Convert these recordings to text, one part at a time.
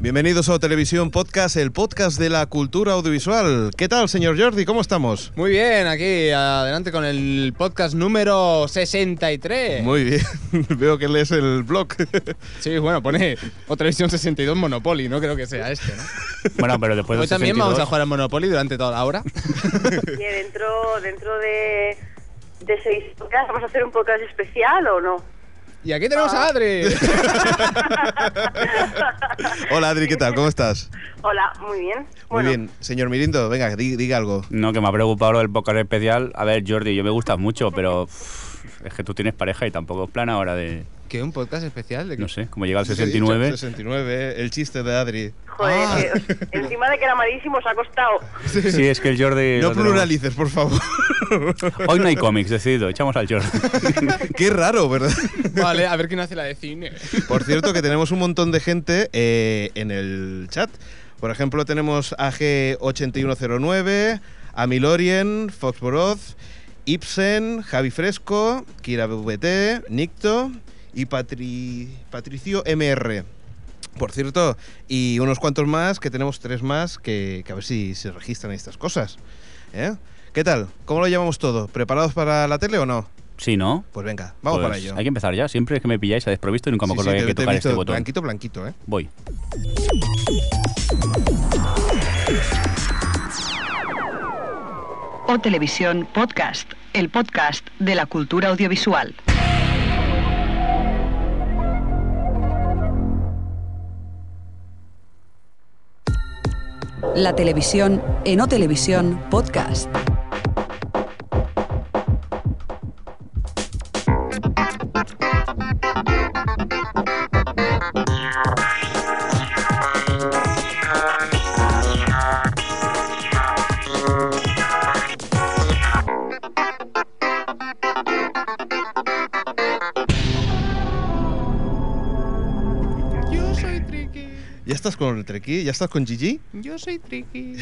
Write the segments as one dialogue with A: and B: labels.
A: Bienvenidos a O Televisión Podcast, el podcast de la cultura audiovisual. ¿Qué tal, señor Jordi? ¿Cómo estamos?
B: Muy bien, aquí adelante con el podcast número 63.
A: Muy bien. Veo que lees el blog.
B: Sí, bueno, pone o televisión 62 Monopoly, no creo que sea este, ¿no?
C: Bueno, pero después
B: Hoy
C: del
B: también
C: 62,
B: vamos a jugar a Monopoly durante toda la hora.
D: Oye, dentro, dentro de, de seis podcasts, ¿vamos a hacer un podcast especial o no?
B: Y aquí tenemos a Adri.
A: Hola, Adri, ¿qué tal? ¿Cómo estás?
D: Hola, muy bien. Bueno,
A: Muy bien. Señor Mirindo, venga, di- diga algo.
C: No, que me ha preocupado lo del podcast especial. A ver, Jordi, yo me gustas mucho, pero uff, es que tú tienes pareja y tampoco es plan ahora de,
B: ¿Qué? ¿Un podcast especial? ¿De qué?
C: no sé, como llega al 69.
A: 69, el chiste de Adri. Ah,
D: joder, que- encima de que era malísimo, os ha costado.
C: Sí, es que el Jordi...
A: No
C: lo tenemos.
A: pluralices, por favor.
C: Hoy no hay cómics, decidido, echamos al Jordi.
A: Qué raro, ¿verdad?
B: Vale, a ver quién hace la de cine.
A: Por cierto, que tenemos un montón de gente eh, en el chat. Por ejemplo, tenemos AG8109, Amilorien, Foxboroz, Ibsen, Javi Fresco, Kira VT, Nicto y Patri- Patricio MR. Por cierto, y unos cuantos más, que tenemos tres más, que, que a ver si se registran estas cosas. ¿eh? ¿Qué tal? ¿Cómo lo llevamos todo? ¿Preparados para la tele o no?
C: Sí, ¿no?
A: Pues venga, vamos
C: Pues
A: para ello.
C: Hay que empezar ya, siempre es que me pilláis a desprovisto y nunca me
A: Sí, sí,
C: acuerdo que
A: te-
C: hay que
A: te he
C: tocar este
A: visto
C: botón.
A: Blanquito, blanquito, ¿eh?
C: Voy.
E: O Televisión Podcast, el podcast de la cultura audiovisual. La televisión en O Televisión Podcast.
B: Yo soy Tricky.
A: ¿Ya estás con el Treki? ¿Ya estás con Gigi?
B: Yo soy Tricky.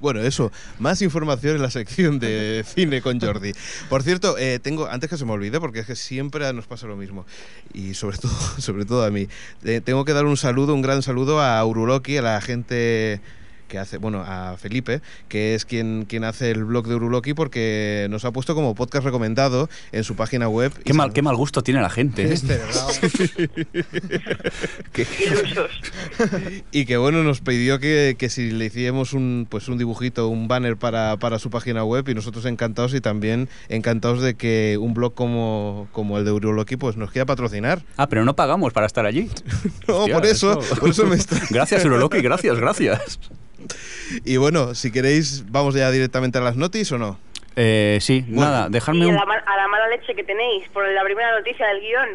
A: Bueno, eso, más información en la sección de cine con Jordi. Por cierto, eh, tengo, antes que se me olvide, porque es que siempre nos pasa lo mismo, y sobre todo, sobre todo a mí, eh, tengo que dar un saludo, un gran saludo a Uruloki, a la gente que hace, bueno, a Felipe, que es quien, quien hace el blog de Uruloki, porque nos ha puesto como podcast recomendado en su página web.
C: Qué
A: Y
C: mal,
A: se-
C: qué mal gusto tiene la gente. ¿eh?
B: Este, ¿verdad?
A: Y que bueno, nos pidió que, que si le hiciéramos un, pues un dibujito, un banner para, para su página web y nosotros encantados y también encantados de que un blog como, como el de Euroloki pues nos quiera patrocinar.
C: Ah, pero no pagamos para estar allí.
A: No,
C: Hostia,
A: por eso, por eso me está...
C: Gracias, Euroloki, gracias, gracias.
A: Y bueno, si queréis, vamos ya directamente a las noticias o no.
C: Eh, sí,
A: Bueno.
C: nada,
D: Y
C: dejarme
D: a
C: un...
D: la, ma- a la mala leche que tenéis por la primera noticia del guión.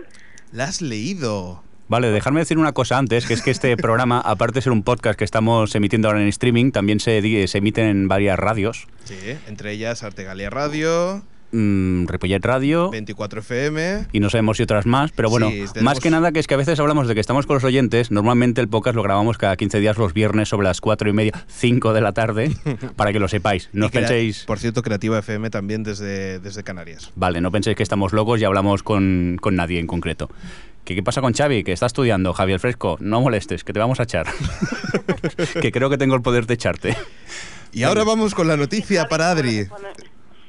A: La has leído.
C: Vale, dejarme decir una cosa antes, que es que este programa, aparte de ser un podcast que estamos emitiendo ahora en streaming, también se, di- se emite en varias radios.
A: Sí, entre ellas Artegalia Radio,
C: Mm, Ripollet Radio
A: 24FM.
C: y no sabemos si otras más, pero bueno,
A: Sí, tenemos-
C: más que nada que es que a veces hablamos de que estamos con los oyentes, normalmente el podcast lo grabamos cada 15 días los viernes sobre las 4 y media, 5 de la tarde, para que lo sepáis.
A: y
C: No os
A: crea-
C: penséis...
A: Por cierto, Creativa FM también desde, desde Canarias.
C: Vale, no penséis que estamos locos y hablamos con, con nadie en concreto. ¿Qué, ¿Qué pasa con Xavi? Que está estudiando, Javier Fresco. No molestes, que te vamos a echar. que creo que tengo el poder de echarte.
A: Y ahora vamos con la noticia para Adri.
D: Cuando-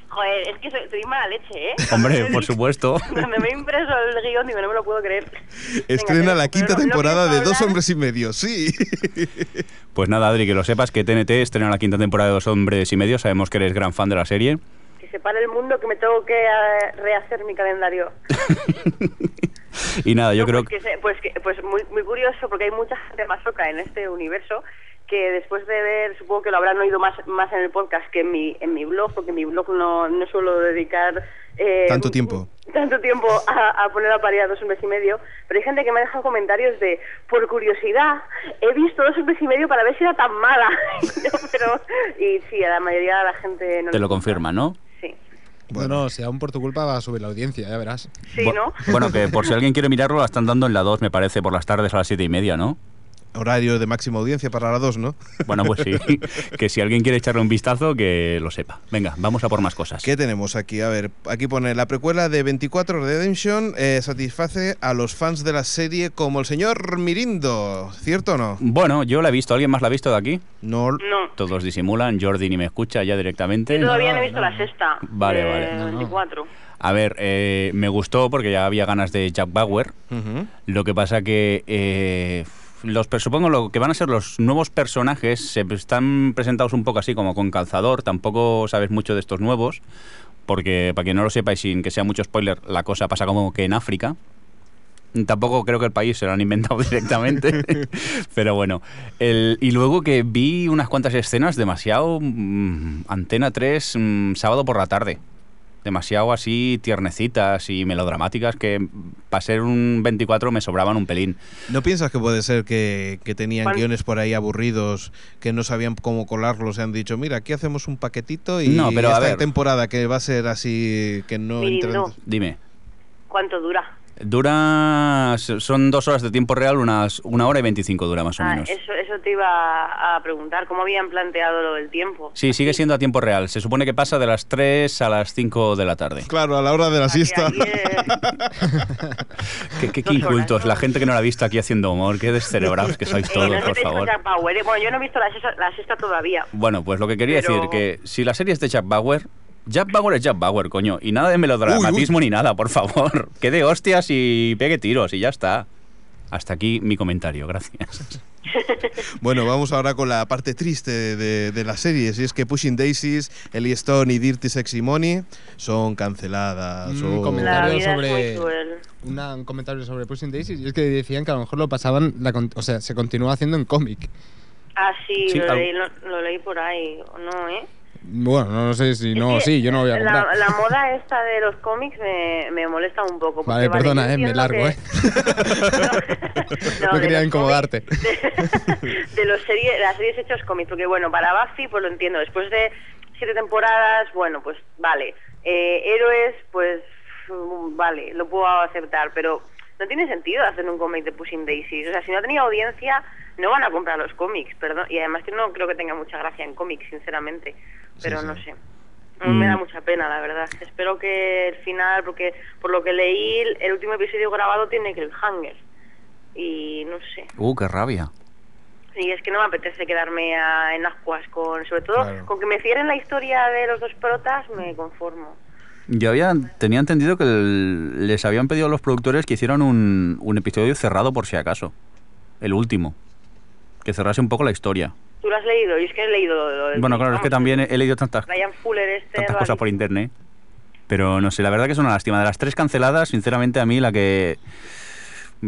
D: Joder, es que soy, soy mala leche, ¿eh?
C: Hombre, por supuesto.
D: Cuando me he impreso el guión, digo, no me lo puedo creer.
A: Estrena
D: Venga,
A: la
D: pero
A: quinta
D: no- no
A: temporada
D: pienso
A: de Dos
D: hablar.
A: Hombres y Medio, sí.
C: Pues nada, Adri, que lo sepas que TNT estrena la quinta temporada de Dos Hombres y Medio. Sabemos que eres gran fan de la serie.
D: Que se pare el mundo, que me tengo que eh, rehacer mi calendario.
C: Y nada, yo
D: No,
C: creo
D: pues
C: que...
D: que... se- pues, que- pues muy, muy curioso, porque hay mucha gente masoca en este universo que después de ver, supongo que lo habrán oído más, más en el podcast que en mi, en mi blog, porque en mi blog no, no suelo dedicar... eh,
A: Tanto tiempo.
D: Tanto tiempo a, a poner a parir a dos hombres y medio, pero hay gente que me ha dejado comentarios de, por curiosidad, he visto dos hombres y medio para ver si era tan mala. Yo, pero, y sí, a la mayoría de la gente no
C: Te
D: le
C: lo
D: gusta.
C: confirma, ¿no?
D: Sí,
A: Bueno.
B: No, no, si aún por tu culpa va a subir la audiencia, ya verás.
D: sí
C: Bu-
D: ¿no?
C: Bueno, que por si alguien quiere mirarlo, la están dando en la 2, me parece, por las tardes a las 7 y media, ¿no?
A: horario de máxima audiencia para la 2, ¿no?
C: Bueno, pues sí. que si alguien quiere echarle un vistazo, que lo sepa. Venga, vamos a por más cosas.
A: ¿Qué tenemos aquí? A ver, aquí pone la precuela de 24 Redemption eh, satisface a los fans de la serie como el señor Mirindo, ¿cierto o no?
C: Bueno, yo la he visto. ¿Alguien más la ha visto de aquí?
A: No.
D: No.
C: Todos disimulan. Jordi ni me escucha ya directamente.
D: Yo todavía no he visto la sexta.
C: Vale,
D: de
C: vale. No,
F: no.
D: 24.
C: A ver, eh, me gustó porque ya había ganas de Jack Bauer.
A: Ujú.
C: Lo que pasa que eh, los per- supongo lo que van a ser los nuevos personajes se están presentados un poco así como con calzador. Tampoco sabes mucho de estos nuevos, porque para quien no lo sepa y sin que sea mucho spoiler, la cosa pasa como que en África. Tampoco creo que el país se lo han inventado directamente, pero bueno. El- y luego que vi unas cuantas escenas demasiado mm, Antena 3 mm, sábado por la tarde demasiado así tiernecitas y melodramáticas que para ser un 24 me sobraban un pelín.
A: ¿No piensas que puede ser que, que tenían
D: Pan-
A: guiones por ahí aburridos, que no sabían cómo colarlos y han dicho, mira, aquí hacemos un paquetito y
C: No, pero a
A: esta
C: ver.
A: temporada que va a ser así, que no...
D: Mirindo.
A: entran-
C: Dime,
D: ¿Cuánto dura?
C: dura... son dos horas de tiempo real, unas una hora y 25 dura más o
D: Ah,
C: menos.
D: eso, eso te iba a preguntar. ¿Cómo habían planteado lo del tiempo?
C: Sí, sigue siendo a tiempo real. Se supone que pasa de las 3 a las 5 de la tarde.
A: Claro, a la hora de la
D: O sea, que
A: siesta.
D: ahí, eh,
C: Qué, qué- qué
D: Dos horas,
C: incultos,
D: ¿no?
C: la gente que no la ha visto aquí haciendo humor, qué descerebrados que sois
D: eh,
C: todos,
D: no sé
C: por
D: si habéis
C: favor.
D: visto Jack Bauer, eh. Bueno, yo no he visto la sexta, la sexta todavía.
C: Bueno, pues lo que quería
D: Pero-
C: decir que si la serie es de Jack Bauer, Jack Bauer es Jack Bauer, coño, y nada de melodramatismo ni nada, por favor. Que dé hostias y pegue tiros y ya está. Hasta aquí mi comentario, gracias.
A: Bueno, vamos ahora con la parte triste de, de la serie. Si es que Pushing Daisies, Ellie Stone y Dirty Sexy Money son canceladas. Oh.
B: Mm,
A: o-
B: comentario.
D: La
B: Comentario
D: vida
B: sobre-
D: es muy cruel.
B: Una- un comentario sobre Pushing Daisies y es que decían que a lo mejor lo pasaban, la con- o sea, se continúa haciendo en cómic.
D: Ah, sí,
C: Sí,
D: lo,
C: al-
D: leí, lo, lo leí por ahí. ¿o No, ¿eh?
B: Bueno, no, no sé si no,
D: Es que
B: sí, yo no voy a comprar.
D: La, la moda esta de los cómics me, me molesta un poco. porque,
B: Vale, perdona,
D: yo
B: eh, me
D: entiendo
B: largo,
D: que-
B: eh.
D: No,
B: No
D: de
B: quería
D: los
B: incomodarte.
D: cómics- De, de los serie- las series hechas cómics, porque bueno, para Buffy pues lo entiendo. Después de siete temporadas, bueno, pues vale. Eh, héroes, pues mm, vale, lo puedo aceptar, pero no tiene sentido hacer un cómic de Pushing Daisies. O sea, si no tenía audiencia, no van a comprar los cómics, perdón. Y además que no creo que tenga mucha gracia en cómics, sinceramente. Pero no sé. Me da
C: Mm.
D: mucha pena, la verdad. Espero que el final, porque por lo que leí, el- el último episodio grabado tiene que el hanger. Y no sé.
C: Uh, qué rabia.
D: Y es que no me apetece quedarme a- en ascuas con, sobre todo,
A: Claro.
D: con que me cierren la historia de los dos protas, me conformo.
C: Yo había, tenía entendido que el- les habían pedido a los productores que hicieran un, un episodio cerrado por si acaso. El último. Que cerrase un poco la historia.
D: ¿Tú lo has leído? Yo es que he leído lo del-
C: Bueno, claro, es
D: Pues vamos,
C: que también he he leído tantas
D: Ryan Fuller este...
C: tantas
D: lo ha
C: cosas por
D: dicho.
C: internet. Pero no sé, la verdad que es una lástima. De las tres canceladas, sinceramente, a mí la que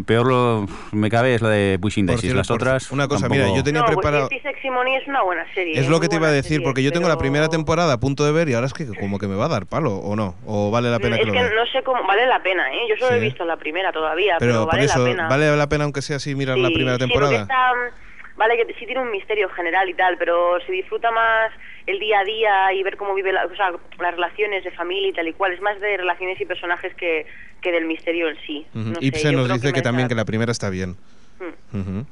C: peor lo- me cabe es la de Pushing
A: Por
C: Daisies.
A: cierto,
C: Las
A: por-
C: otras.
A: una cosa,
C: tampoco-
A: mira, yo tenía
D: No,
A: preparado-
D: Dirty Sexy Money es una buena serie.
A: Es
D: eh,
A: lo
D: muy
A: que te iba a
D: buena
A: decir,
D: serie,
A: porque yo tengo la
D: pero-
A: primera temporada a punto de ver y ahora es que como que me va a dar palo, ¿o no? ¿O vale la pena
D: es
A: que lo
D: que
A: vea?
D: no sé cómo... Vale la pena, ¿eh? Yo
A: Sí.
D: solo he visto la primera todavía,
A: pero
D: pero,
A: por
D: vale
A: eso,
D: la pena.
A: ¿vale la pena aunque sea así mirar la
D: Sí,
A: primera
D: sí, porque
A: temporada?
D: está, mm, vale, que sí tiene un misterio general y tal, pero se disfruta más el día a día y ver cómo vive la- o sea, las relaciones de familia y tal y cual. Es más de relaciones y personajes que, que del misterio en sí.
A: Ujú.
D: No sé,
A: Ibsen
D: yo
A: nos
D: creo
A: dice que,
D: merece
A: también que
D: la-
A: la primera está bien.
D: Mm.
A: Ujú.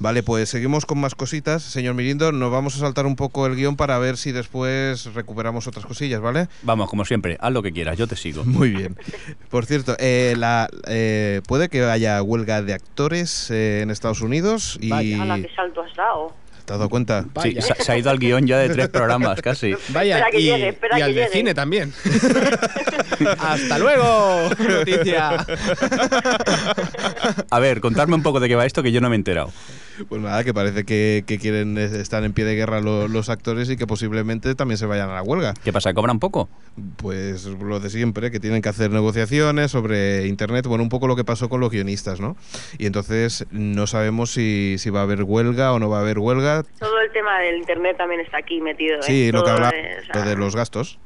A: Vale, pues seguimos con más cositas. Señor Mirindo, nos vamos a saltar un poco el guión para ver si después recuperamos otras cosillas, ¿vale?
C: Vamos, como siempre, haz lo que quieras, yo te sigo.
A: Muy bien. Por cierto, eh, la, eh, puede que haya huelga de actores eh, en Estados Unidos y...
D: A la que salto has dado.
A: ¿Te has dado cuenta?
C: Sí,
B: Vaya.
C: se, se ha ido al guión ya de tres programas casi.
B: Vaya,
D: Espera que
B: y,
D: llegue, espera
B: y
D: que
B: al de
D: llegue.
B: cine también. ¡Hasta luego! Noticia.
C: A ver, contadme un poco de qué va esto que yo no me he enterado.
A: Pues nada, que parece que, que quieren eh, estar en pie de guerra lo- los actores y que posiblemente también se vayan a la huelga.
C: ¿Qué pasa? ¿Cobran poco?
A: Pues lo de siempre, que tienen que hacer negociaciones sobre Internet, bueno, un poco lo que pasó con los guionistas, ¿no? Y entonces no sabemos si, si va a haber huelga o no va a haber huelga.
D: Todo el tema del internet también está aquí metido. ¿eh?
A: Sí, lo que
D: Todo
A: habla
D: es, ah. o sea,
A: lo de los gastos.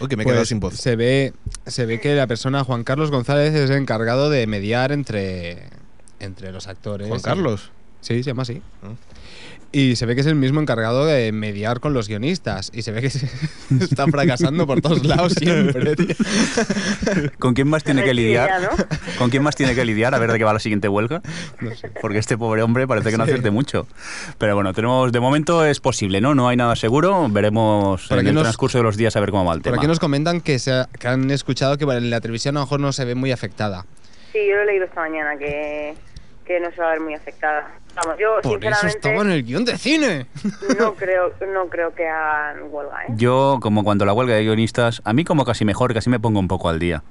A: Uy, que me he
B: Pues,
A: quedado sin voz.
B: Se ve, se ve que la persona, Juan Carlos González, es el encargado de mediar entre, entre los actores.
A: Juan Carlos.
B: Sí, se llama así.
A: Ah.
B: Y se ve que es el mismo encargado de mediar con los guionistas. Y se ve que se está fracasando por todos lados siempre, tío.
C: ¿Con quién más tiene que lidiar?
D: Ya, ¿no?
C: ¿Con quién más tiene que lidiar? A ver de qué va la siguiente huelga. Porque este pobre hombre parece que no acierte mucho. Pero bueno, tenemos de momento es posible, ¿no? No hay nada seguro. Veremos
B: Por
C: en
B: aquí
C: el
B: nos-
C: transcurso de los días a ver cómo va el
B: Por
C: tema.
B: aquí nos comentan que, se ha- que han escuchado que en la televisión a lo mejor no se ve muy afectada.
D: Sí, yo lo he leído esta mañana que, que no se va a ver muy afectada. Vamos, yo
B: Por eso
D: sinceramente
B: estaba en el guión de cine.
D: no creo no creo que hagan huelga, ¿eh?
C: Yo, como cuando la huelga de guionistas, a mí como casi mejor, casi me pongo un poco al día.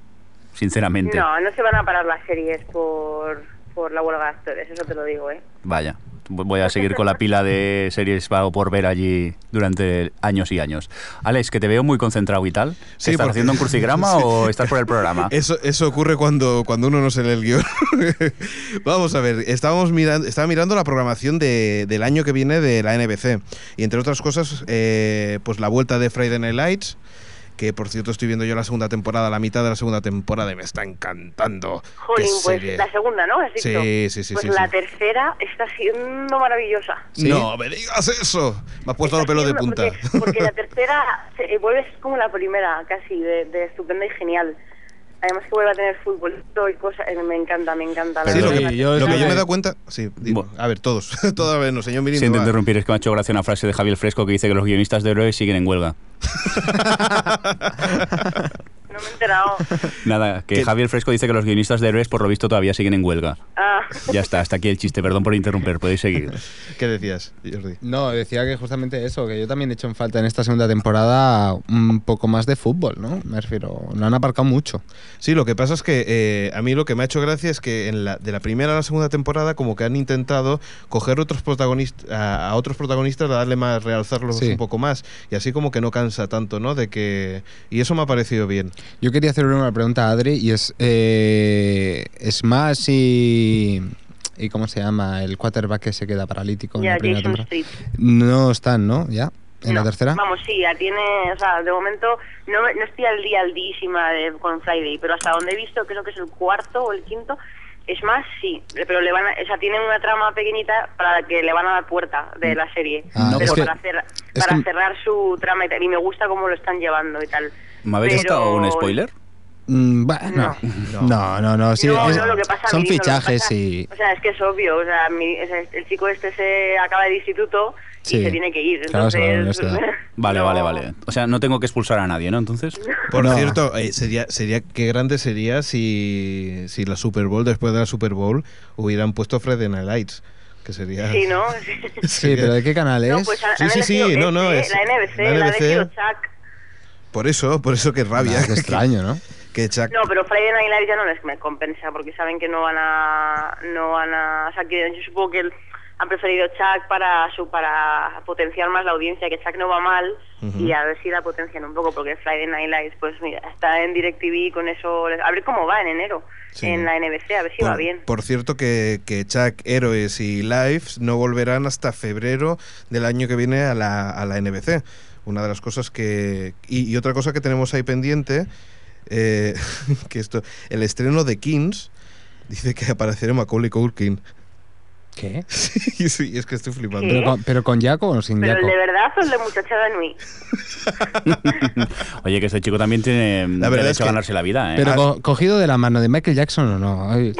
C: Sinceramente.
D: No, no se van a parar las series por, por la huelga de actores, eso te lo digo, ¿eh?
C: Vaya. Voy a seguir con la pila de series va- por ver allí durante años y años. Alex, que te veo muy concentrado y tal.
A: Sí,
C: ¿Estás
A: porque-
C: haciendo un crucigrama o estás por el programa?
A: Eso, eso ocurre cuando, cuando uno no se lee el guión. Vamos a ver, estábamos mirando, estaba mirando la programación de- del año que viene de la NBC. Y entre otras cosas, eh, pues la vuelta de Friday Night Lights, que por cierto estoy viendo yo la segunda temporada, la mitad de la segunda temporada y me está encantando. Qué
D: Jolín, pues
A: serie.
D: la segunda, ¿no? Has dicho.
A: Sí, sí, sí,
D: Pues
A: sí,
D: la
A: sí.
D: tercera está siendo maravillosa.
B: ¿Sí?
A: No me digas eso. Me has puesto
D: Está
A: los pelos de
D: siendo-
A: punta.
D: Porque, porque la tercera se- eh, vuelve como la primera, casi, de, de estupenda y genial. Además que vuelve a tener fútbol y cosas, eh, me encanta, me encanta. la
A: Sí, lo
D: verdad.
A: que,
B: yo
A: lo que yo
B: estaba-
A: me he dado cuenta. Sí, di-
C: Bueno.
A: a ver, todos. Todas vez, no, señor Mirindo.
C: Siento
A: va.
C: interrumpir, es que me ha hecho gracia una frase de Javier Fresco que dice que los guionistas de héroes siguen en huelga.
D: No me he enterado.
C: Nada, que
A: ¿Qué?
C: Javier Fresco dice que los guionistas de héroes por lo visto todavía siguen en huelga.
D: Ah,
C: Ya está, hasta aquí el chiste, perdón por interrumpir, podéis seguir.
A: ¿Qué decías, Jordi?
B: No, decía que justamente eso, que yo también he hecho en falta en esta segunda temporada un poco más de fútbol, ¿no? Me refiero, lo han aparcado mucho.
A: Sí, lo que pasa es que eh, a mí lo que me ha hecho gracia es que en la, de la primera a la segunda temporada como que han intentado coger otros protagonistas a, a otros protagonistas a darle más realzarlos
B: Sí.
A: un poco más y así como que no cansa tanto, ¿no? De que y eso me ha parecido bien.
B: Yo quería hacer una pregunta a Adri y es eh, Smash y y cómo se llama el quarterback que se queda paralítico en
D: ya,
B: la primera
D: Jason
B: temporada.
D: Street.
B: No están, ¿no? Ya en la
D: No,
B: tercera.
D: Vamos, sí, ya tiene, o sea, de momento no, me- no estoy al día al dísima de- con Friday, pero hasta donde he visto creo que es el cuarto o el quinto. Es más, sí, pero le van a, o sea, tienen una trama pequeñita para la que le van a dar puerta de la serie,
B: Ah,
D: pero
C: es que-
D: para, cer-
B: es
D: para
B: que-
D: cerrar su trama y tal, y me gusta cómo lo están llevando y tal.
C: ¿Me habéis
D: Pero-
C: estado un spoiler?
B: Mm, bueno, no. No, no, no, Pues sí,
D: no,
B: es-
D: no, lo que pasa,
B: son
D: Mirindo, lo que
B: fichajes
D: pasa-
B: y
D: O sea, es que es obvio, o sea, mi- o sea, el chico este se acaba el instituto
B: Sí.
D: y se tiene que ir,
B: Claro, se va a la
D: entonces...
B: universidad.
C: Vale, vale,
D: no.
C: vale. O sea, no tengo que expulsar a nadie, ¿no? Entonces,
A: Por
B: No.
A: cierto, eh, sería sería qué grande sería si, si la Super Bowl después de la Super Bowl hubieran puesto Friday Night Lights, que sería
D: Sí, ¿no?
B: Sí, pero ¿de qué canal es?
D: No, pues han-
A: Sí,
D: han
A: sí, sí,
D: elegido
A: no, no,
D: este,
A: es-
D: la NBC, la,
A: la
D: ha
A: NBC.
D: elegido Chuck.
A: Por eso, por eso que rabia.
B: Ah, qué extraño, ¿no?
A: que Chuck
D: No, pero Friday Night Live ya no les me compensa porque saben que no van a, no van a, o sea, que yo supongo que el- han preferido Chuck para su, para potenciar más la audiencia, que Chuck no va mal y a ver si la potencian un poco porque Friday Night Live, pues mira, está en Directv con eso, a ver cómo va en enero
A: Sí.
D: en la NBC, a ver si va
A: Por,
D: bien.
A: por cierto, que, que Chuck, Héroes y Lives no volverán hasta febrero del año que viene a la, a la NBC. Una de las cosas que. Y, y otra cosa que tenemos ahí pendiente, eh, que esto. El estreno de Kings dice que aparecerá Macaulay Culkin.
B: ¿Qué?
A: y sí, y es que estoy flipando.
D: ¿Qué?
B: Pero con, pero con Jaco o sin
D: Pero el
B: Jaco.
D: de verdad o el de muchachada Nui.
C: oye, que este chico también tiene
A: La verdad
C: derecho
A: es
C: a
A: que-
C: ganarse la vida, ¿eh?
B: Pero co- cogido de la mano de Michael Jackson o no. Ay,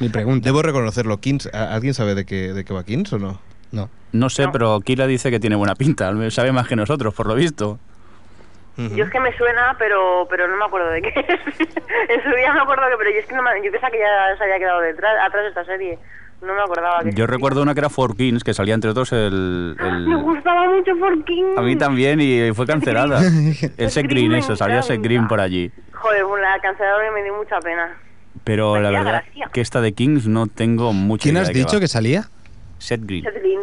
B: mi pregunta.
A: Debo reconocerlo, Kings. ¿a- ¿Alguien sabe de qué, de qué va Kings o no?
B: No.
C: No sé,
D: No.
C: pero Kira dice que tiene buena pinta. Sabe más que nosotros, por lo visto.
D: Yo es que me suena, pero pero no me acuerdo de qué. en su día me acuerdo que, pero yo es que no me, yo pensaba que ya se había quedado detrás, atrás de esta serie. No me acordaba. Que
C: Yo recuerdo una que era Four Kings, que salía entre otros el...
D: ¡Ah!
C: el-
D: Me gustaba mucho por King.
C: A mí también y fue cancelada. El Seth Green,
D: me
C: eso, salía Seth Green
D: encanta.
C: por allí.
D: Joder, bueno, la canceladora me dio mucha pena.
C: Pero la
D: María
C: verdad
D: Gracia.
C: que esta de Kings no tengo mucho.
B: ¿Quién has dicho que salía?
C: Seth Green.
D: Seth Green.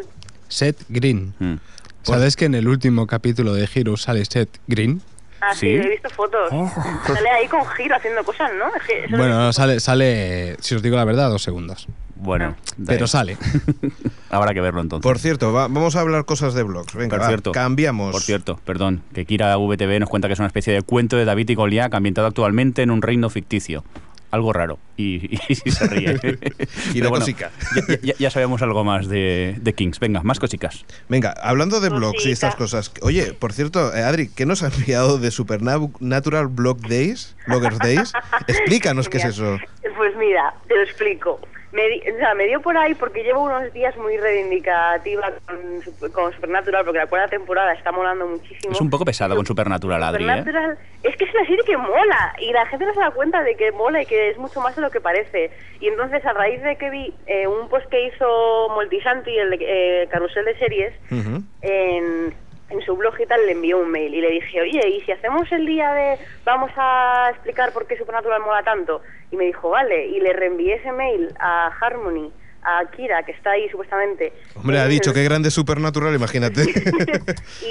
B: Seth Green.
C: Mm.
A: Pues-
B: ¿Sabes que en el último capítulo de Hero sale Seth Green?
D: Ah, sí,
C: ¿Sí? Oh.
D: he visto fotos. Sale ahí con giro haciendo cosas, ¿no? Es que eso
B: Bueno,
D: no-
B: no, sale, sale, si os digo la verdad, dos segundos.
D: Ah.
C: Bueno, da
B: Pero
C: igual.
B: sale.
C: habrá que verlo entonces.
A: Por cierto, va- vamos a hablar cosas de blogs. Venga,
C: Por
A: va,
C: cierto.
A: cambiamos.
C: Por cierto, perdón, que Kira VTV nos cuenta que es una especie de cuento de David y Goliat ambientado actualmente en un reino ficticio. algo raro y, y- y se ríe.
A: Y
C: Pero
A: la
C: bueno,
A: cosica.
C: ya, ya- ya sabemos algo más de, de Kings. Venga, más cositas.
A: Venga, hablando de blogs y
D: Cositas.
A: estas cosas. Oye, por cierto, eh, Adri, ¿qué nos has enviado de Supernatural Blog Days? Bloggers Days. Explícanos qué es eso.
D: Genial. Pues mira, te lo explico. Me, di- o sea, me dio por ahí porque llevo unos días muy reivindicativa con, Sup- con Supernatural, porque la cuarta temporada está molando muchísimo.
C: Es un poco pesado con Supernatural, Adri. ¿eh?
D: Supernatural- Es que es una serie que mola y la gente no se da cuenta de que mola y que es mucho más de lo que parece. Y entonces, a raíz de que vi eh, un post que hizo Moltisanti, el de, eh, Carrusel de Series,
A: Ujú.
D: en, en su blog y tal, le envió un mail y le dije, oye, ¿y si hacemos el día de vamos a explicar por qué Supernatural mola tanto? Y me dijo, vale, y le reenvié ese mail a Harmony, a Kira, que está ahí supuestamente.
A: Hombre, ha
D: Y-
A: dicho qué grande Supernatural, imagínate.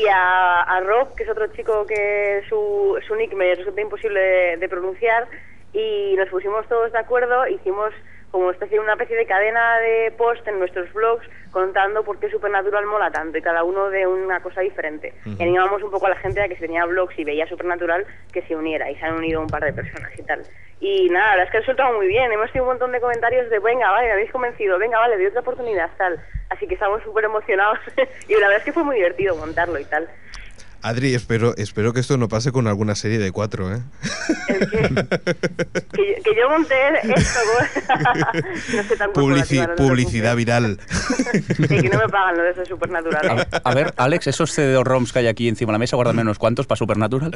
D: y a, a Rob, que es otro chico que su, su nick me resulta imposible de, de pronunciar, y nos pusimos todos de acuerdo, hicimos como especie, una especie de cadena de post en nuestros blogs contando por qué Supernatural mola tanto y cada uno de una cosa diferente. Y animamos un poco a la gente a que si tenía blogs y veía Supernatural que se uniera y se han unido un par de personas y tal. Y nada, la verdad es que ha resultado muy bien. Hemos tenido un montón de comentarios de, venga, vale, me habéis convencido, venga, vale, de otra oportunidad, tal. Así que estamos súper emocionados y la verdad es que fue muy divertido montarlo y tal.
A: Adri, espero, espero que esto no pase con alguna serie de cuatro, ¿eh?
D: El que, que yo- que yo monté esto, no sé tan
A: Publici-
D: corporativa, no te
A: publicidad
D: preocupes.
A: viral.
D: Y que no me pagan lo de eso es
A: Ah,
D: supernatural.
C: A, a ver, Alex, esos CD-ROMs que hay aquí encima de la mesa, guárdame unos cuantos para Supernatural.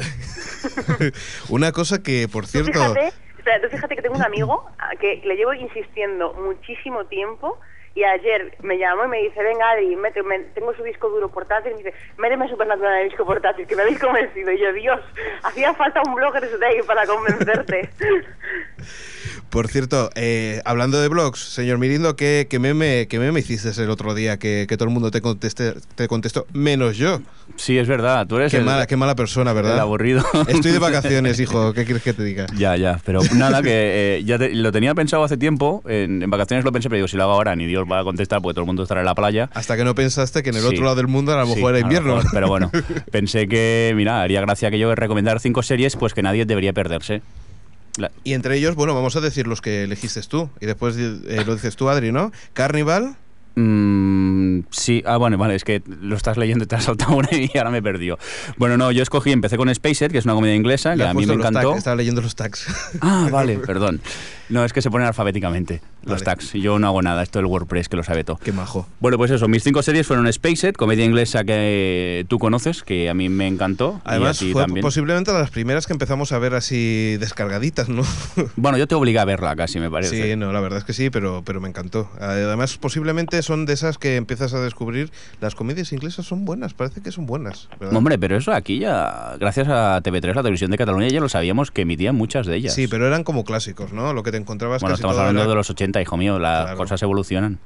A: Una cosa que, por
D: Tú
A: cierto,
D: fíjate, espera, tú fíjate que tengo un amigo a que le llevo insistiendo muchísimo tiempo y ayer me llamó y me dice, venga Adri, mete- me- tengo su disco duro portátil y me dice, méteme Supernatural en el disco portátil, que me habéis convencido. Y yo, Dios, hacía falta un Bloggers Day para convencerte.
A: por cierto, eh, hablando de blogs, señor Mirindo, ¿qué, qué meme, qué meme hiciste el otro día que, que todo el mundo te, conteste, te contestó? Menos yo.
C: Sí, es verdad, tú eres
A: Qué
C: el,
A: mala, qué mala persona,
C: el
A: ¿verdad?
C: aburrido.
A: Estoy de vacaciones, hijo. ¿Qué quieres que te diga?
C: Ya, ya, pero nada, que eh, ya te- lo tenía pensado hace tiempo, en, en vacaciones lo pensé, pero digo, si lo hago ahora, ni Dios va a contestar porque todo el mundo estará en la playa.
A: Hasta que no pensaste que en el
C: Sí.
A: otro lado del mundo a lo
C: Sí,
A: mejor era invierno.
C: mejor, pero bueno, pensé que, mira, haría gracia que yo recomendar cinco series, pues que nadie debería perderse. La-
A: Y entre ellos, bueno, vamos a decir los que elegiste tú. Y después eh, lo dices tú, Adri, ¿no? Carnival.
C: Mm, sí, ah, bueno, vale, es que lo estás leyendo y te has saltado una y ahora me perdió. Bueno, no, yo escogí, empecé con Spacer, que es una comedia inglesa, que
A: Le has
C: a mí
A: puesto
C: me
A: los
C: encantó.
A: tags, estaba leyendo los tags.
C: Ah, vale, perdón. No, es que se ponen alfabéticamente los
A: Vale.
C: tags. Yo no hago nada, esto es el WordPress que lo sabe todo.
A: Qué majo.
C: Bueno, pues eso, mis cinco series fueron Spaced, comedia inglesa que tú conoces, que a mí me encantó.
A: Además,
C: y a ti
A: fue
C: también.
A: posiblemente de las primeras que empezamos a ver así descargaditas, ¿no?
C: Bueno, yo te obligué a verla casi, me parece.
A: Sí, no, la verdad es que sí, pero, pero me encantó. Además, posiblemente son de esas que empiezas a descubrir. Las comedias inglesas son buenas, parece que son buenas. ¿verdad?
C: Hombre, pero eso aquí ya, gracias a TV3, la televisión de Cataluña, ya lo sabíamos que emitían muchas de ellas.
A: Sí, pero eran como clásicos, ¿no? Lo que te encontrabas
C: bueno,
A: casi
C: estamos
A: todo
C: hablando
A: era-
C: de los 80, hijo mío, las
A: Claro.
C: cosas evolucionan.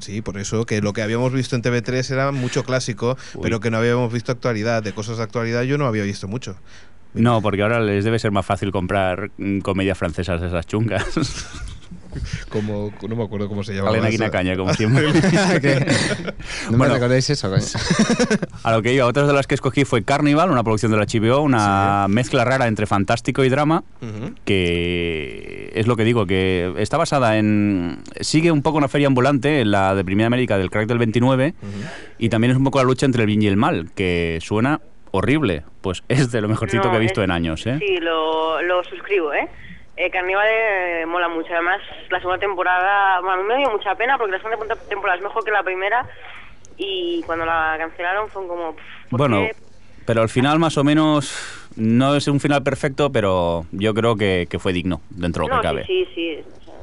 A: Sí, por eso que lo que habíamos visto en TV3 era mucho clásico,
C: Uy.
A: pero que no habíamos visto actualidad. De cosas de actualidad yo no había visto mucho.
C: No, porque ahora les debe ser más fácil comprar mm, comedias francesas esas chungas.
A: Como, no me acuerdo cómo se llamaba.
C: Elena
A: esa.
C: Guinacaña, como siempre.
B: No me
C: Bueno.
B: recordéis eso, coño.
C: A lo que iba, otras de las que escogí fue Carnival, una producción de la HBO, una mezcla rara entre fantástico y drama,
A: Ujú.
C: que es lo que digo, que está basada en... Sigue un poco una feria ambulante, en la deprimida América del crack del 29, y también es un poco la lucha entre el bien y el mal, que suena horrible, pues es de lo mejorcito
D: No,
C: que he visto
D: es-
C: en años, ¿eh?
D: Sí, lo, lo suscribo, ¿eh? Eh, Carnival eh, mola mucho. Además, la segunda temporada, bueno, a mí me dio mucha pena porque la segunda tem- temporada es mejor que la primera y cuando la cancelaron fue como... pff, ¿por
C: Bueno,
D: qué?
C: pero al final más o menos no es un final perfecto, pero yo creo que, que fue digno dentro de lo
D: no,
C: que cabe.
D: sí, sí, sí. o sea,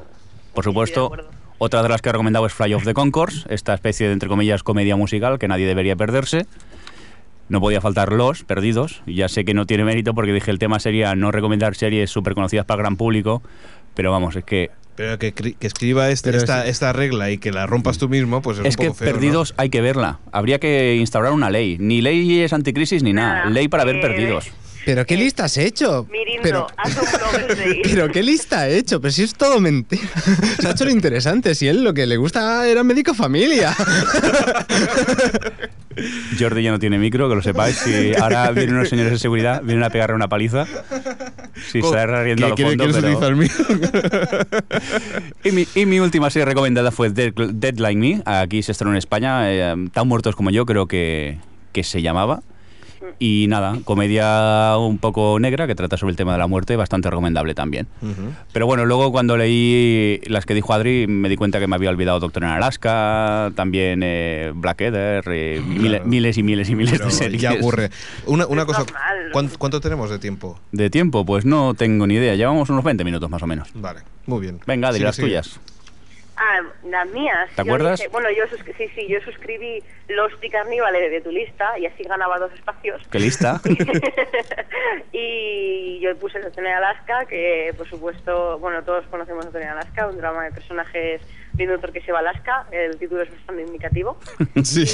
C: Por
D: sí,
C: supuesto,
D: estoy de acuerdo.
C: otra de las que he recomendado es Fly of the Concourse, esta especie de, entre comillas, comedia musical que nadie debería perderse. No podía faltar Los Perdidos. Ya sé que no tiene mérito porque dije el tema sería no recomendar series súper conocidas para el gran público, pero vamos, es que
A: Pero que, cri- que escriba este-
B: Pero
A: esta,
B: es-
A: esta regla y que la rompas tú mismo, pues es,
C: es
A: un poco
C: que
A: feo, ¿no?
C: Perdidos hay que verla. Habría que instaurar una ley. Ni ley es anticrisis ni nada.
D: Nada,
C: Ley para ver
D: eh,
C: Perdidos.
B: ¿Pero qué lista has hecho?
D: Mirindo,
B: Pero,
D: haz un blog de
B: pero qué lista ha hecho, pero si es todo mentira. Se ha hecho lo interesante, si él lo que le gusta era médico familia.
C: Jordi ya no tiene micro, que lo sepáis. Si ahora vienen unos señores de seguridad, vienen a pegarle una paliza. Si
A: Co-
C: está riendo
A: que
C: al
A: quiere-
C: fondo,
A: ¿Quieres utilizar
C: pero-
A: el mío?
C: Y mi, y mi última serie recomendada fue Dead- Deadline Me. Aquí se estrenó en España. eh, Tan muertos como yo, creo que, que se llamaba. Y nada, comedia un poco negra que trata sobre el tema de la muerte, bastante recomendable también. Pero bueno, luego cuando leí las que dijo Adri, me di cuenta que me había olvidado Doctor en Alaska, también eh, Blackadder, eh, mile- miles y miles y miles
A: Pero
C: de series.
A: ya ocurre. Una, una
D: Es
A: cosa,
D: normal.
A: ¿cuán- ¿cuánto tenemos de tiempo?
C: De tiempo, pues no tengo ni idea. Llevamos unos 20 minutos más o menos.
A: Vale, muy bien.
C: Venga, Adri,
A: Sigue,
C: las
A: sigue.
C: tuyas.
D: Ah, las mías.
C: ¿Te
D: Yo
C: acuerdas?
D: dije- bueno, yo suscri- sí, sí, yo suscribí los Picarníbales de, de tu lista y así ganaba dos espacios.
C: Qué lista.
D: y yo puse el Hotel en Alaska, que por supuesto, bueno, todos conocemos Hotel en Alaska, un drama de personajes de un doctor que se va a Alaska. El título es bastante indicativo.
A: Sí.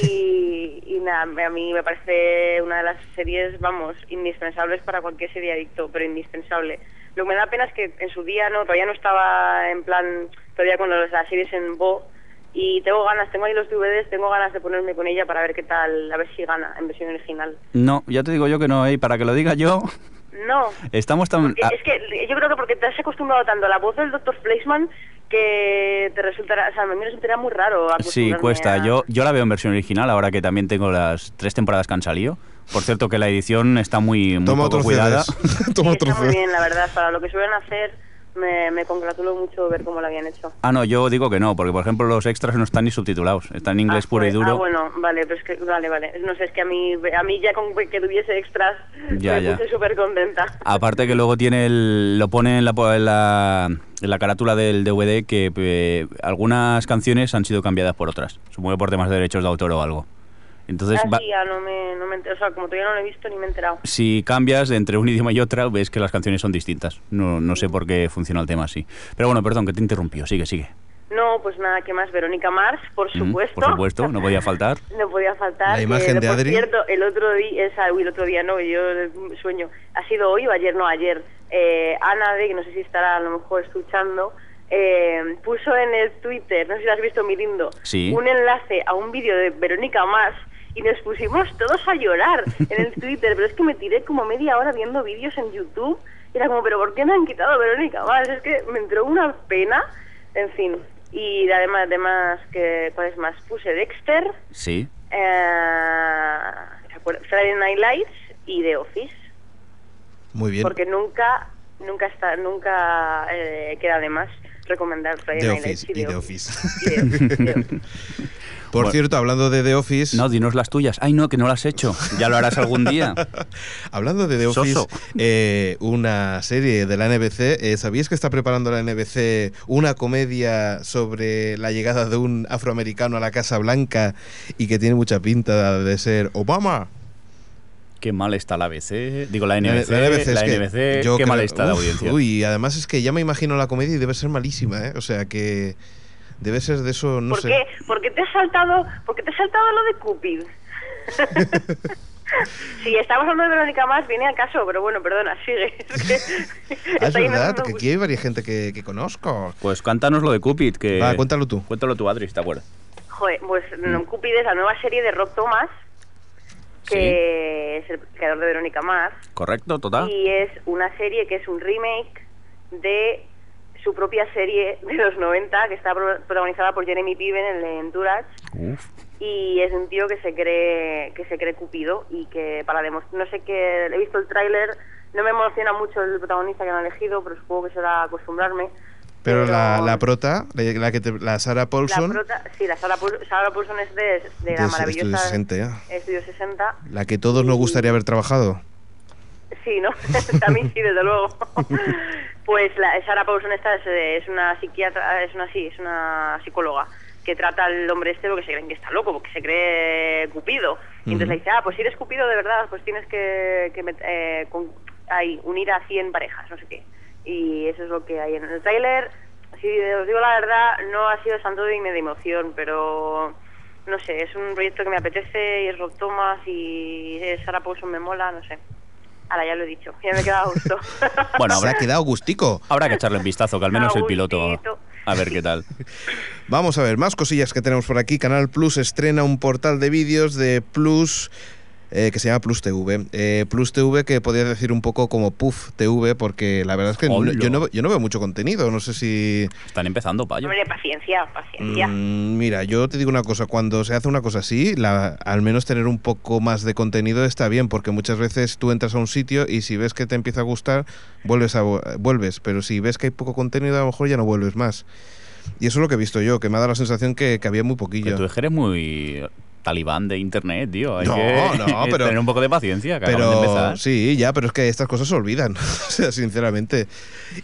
D: Y, y nada, a mí me parece una de las series, vamos, indispensables para cualquier serie adicto, pero indispensable. Lo que me da pena es que en su día no, todavía no estaba en plan, todavía con las las series en Bo. Y tengo ganas, tengo ahí los DVDs, tengo ganas de ponerme con ella para ver qué tal, a ver si gana en versión original.
C: No, ya te digo yo que no, ¿eh? y para que lo diga yo,
D: No,
C: estamos tan...
D: porque
C: ah,
D: es que yo creo que porque te has acostumbrado tanto a la voz del Dr. Fleischman que te resultará, o sea, a mí me resultaría muy raro.
C: Sí,
D: acostumbrarme
C: cuesta.
D: a-
C: Yo, yo la veo en versión original, ahora que también tengo las tres temporadas que han salido. Por cierto, que la edición está muy, muy
A: Toma
C: poco
A: otro
C: cuidada.
A: CDs.
D: Sí,
A: Toma otro
D: está muy
A: CD.
D: bien, la verdad. Para lo que suelen hacer, me, me congratulo mucho ver cómo lo habían hecho.
C: Ah, no, yo digo que no, porque por ejemplo los extras no están ni subtitulados, están en inglés
D: Ah,
C: puro y
D: joder.
C: duro.
D: Ah, bueno, vale, pero es que, vale, vale. No sé, es que a mí, a mí ya con que tuviese extras,
C: Ya,
D: me
C: ya.
D: puse súper contenta.
C: Aparte que luego tiene el, lo pone en la, po- en la, en la carátula del DVD que eh, algunas canciones han sido cambiadas por otras, supongo que por temas de derechos de autor o algo. Entonces,
D: Ah,
C: va-
D: sí, ya no me, no me enter- O sea, como todavía no lo he visto ni me he enterado.
C: si cambias de entre un idioma y otra, ves que las canciones son distintas. No, no sé por qué funciona el tema así. Pero bueno, perdón, que te interrumpió. Sigue, sigue.
D: No, pues nada, ¿qué más? Verónica Mars, por
C: Mm,
D: supuesto.
C: por supuesto, no podía faltar.
D: No podía faltar.
A: La imagen
D: Eh,
A: de
D: por
A: Adri.
D: cierto, el otro día, esa, uy, el otro día no, yo mm, sueño. Ha sido hoy o ayer, no, ayer. Eh, Ana de, que no sé si estará a lo mejor escuchando, eh, puso en el Twitter, no sé si lo has visto, Mirindo,
C: Sí.
D: un enlace a un vídeo de Verónica Más y nos pusimos todos a llorar en el Twitter. Pero es que me tiré como media hora viendo vídeos en YouTube. Y era como, ¿pero por qué me han quitado a Verónica Más? Es que me entró una pena. En fin. Y además, además que, ¿cuál es más? Puse Dexter.
C: Sí.
D: Eh, ¿se acuerda? Friday Night Lights y The Office,
A: Muy bien.
D: porque nunca, nunca está, nunca eh, queda de más recomendar Friday
A: The
D: Night
A: Office
D: Lights
A: y
D: y
A: The
D: The
A: Office.
D: Y The- The Office.
A: Por
C: Bueno.
A: cierto, hablando de The Office,
C: No, dinos las tuyas. Ay, no, que no las has hecho. Ya lo harás algún día.
A: hablando de The Office,
C: Soso.
A: eh, una serie de la NBC, eh, ¿sabíais que está preparando la NBC una comedia sobre la llegada de un afroamericano a la Casa Blanca y que tiene mucha pinta de ser Obama?
C: Qué mal está la ABC. Digo,
A: La-
C: la NBC.
A: la
C: La
A: NBC es
C: NBC.
A: que yo
C: qué
A: creo-
C: mal está la
A: Uf,
C: audiencia.
A: Uy, además es que ya me imagino la comedia y debe ser malísima, ¿eh? O sea que debe ser de eso, no
D: ¿Por,
A: sé. Ah,
D: qué, ¿Por qué te has saltado, por qué te has saltado lo de Cupid? si estamos hablando de Verónica Más, viene al caso, pero bueno, perdona, sigue. Es que
A: Ah, es
D: está llenando
A: verdad,
D: de
A: que
D: gusto.
A: aquí hay varias gente que, que conozco.
C: Pues cántanos lo de Cupid. Que...
A: Va, cuéntalo tú.
C: Cuéntalo tú, Adri, si ¿te acuerdas?
D: Joder, pues
A: Mm.
D: no, Cupid es la nueva serie de Rob Thomas, que es el creador de Verónica Más.
C: Sí. Correcto,
A: ¿Ah?
C: total.
D: Y es una serie que es un remake de su propia serie de los 90, que está pro- protagonizada por Jeremy Piven en, en Entourage.
C: Uf.
D: Y es un tío que se cree que se cree Cupido y que para demostrar... No sé qué... He visto el tráiler, no me emociona mucho el protagonista que han elegido, pero supongo que será acostumbrarme.
A: Pero la,
D: Pero-
A: la prota, la, la que te- la Sarah
D: La
A: Paulson,
D: prota- sí, la Sarah, Paul- Sarah Paulson es de, de
A: de
D: la
A: Estudio
D: maravillosa...
A: 60, ya.
D: Estudio 60.
A: la que todos nos gustaría haber trabajado.
D: Sí, ¿no? También sí, desde luego. pues la, Sara Paulson esta es, eh, es una psiquiatra, es una sí, es una psicóloga que trata al hombre este porque se creen que está loco, porque se cree cupido. Y entonces le dice, ah, pues si eres cupido de verdad, pues tienes que, que met- eh, con- ahí, unir a 100 parejas, no sé qué. Y eso es lo que hay en el tráiler. Si os digo la verdad, no ha sido santo de mi de emoción, pero no sé, es un proyecto que me apetece y es Rob Thomas y Sara Paulson me mola, no sé. Ahora ya lo he dicho, ya me he quedado a gusto.
C: Bueno,
A: Se ha
C: habrá,
A: quedado gustico.
C: habrá que echarle un vistazo, que al menos el piloto.
D: Agustito.
C: A ver qué tal.
A: Vamos a ver, más cosillas que tenemos por aquí. Canal Plus estrena un portal de vídeos de Plus. eh, que se llama Plus TV. Eh, Plus TV que podría decir un poco como Puff TV, porque la verdad es que no-
C: Hola.
A: yo, no, yo no veo mucho contenido. No sé si.
C: Están empezando, payo.
D: Hombre, paciencia, paciencia.
A: Mm, mira, yo te digo una cosa, cuando se hace una cosa así, la- al menos tener un poco más de contenido está bien, porque muchas veces tú entras a un sitio y si ves que te empieza a gustar, vuelves, a, vo- vuelves, pero si ves que hay poco contenido, a lo mejor ya no vuelves más. Y eso es lo que he visto yo, que me ha dado la sensación que, que había muy
C: Que
A: poquillo.
C: tú es que eres muy talibán de internet, tío. Hay
A: No,
C: que
A: no, pero-
C: tener un poco de paciencia. Que acaban de
A: Pero
C: empezar.
A: sí, ya, pero es que estas cosas se olvidan, o sea, sinceramente.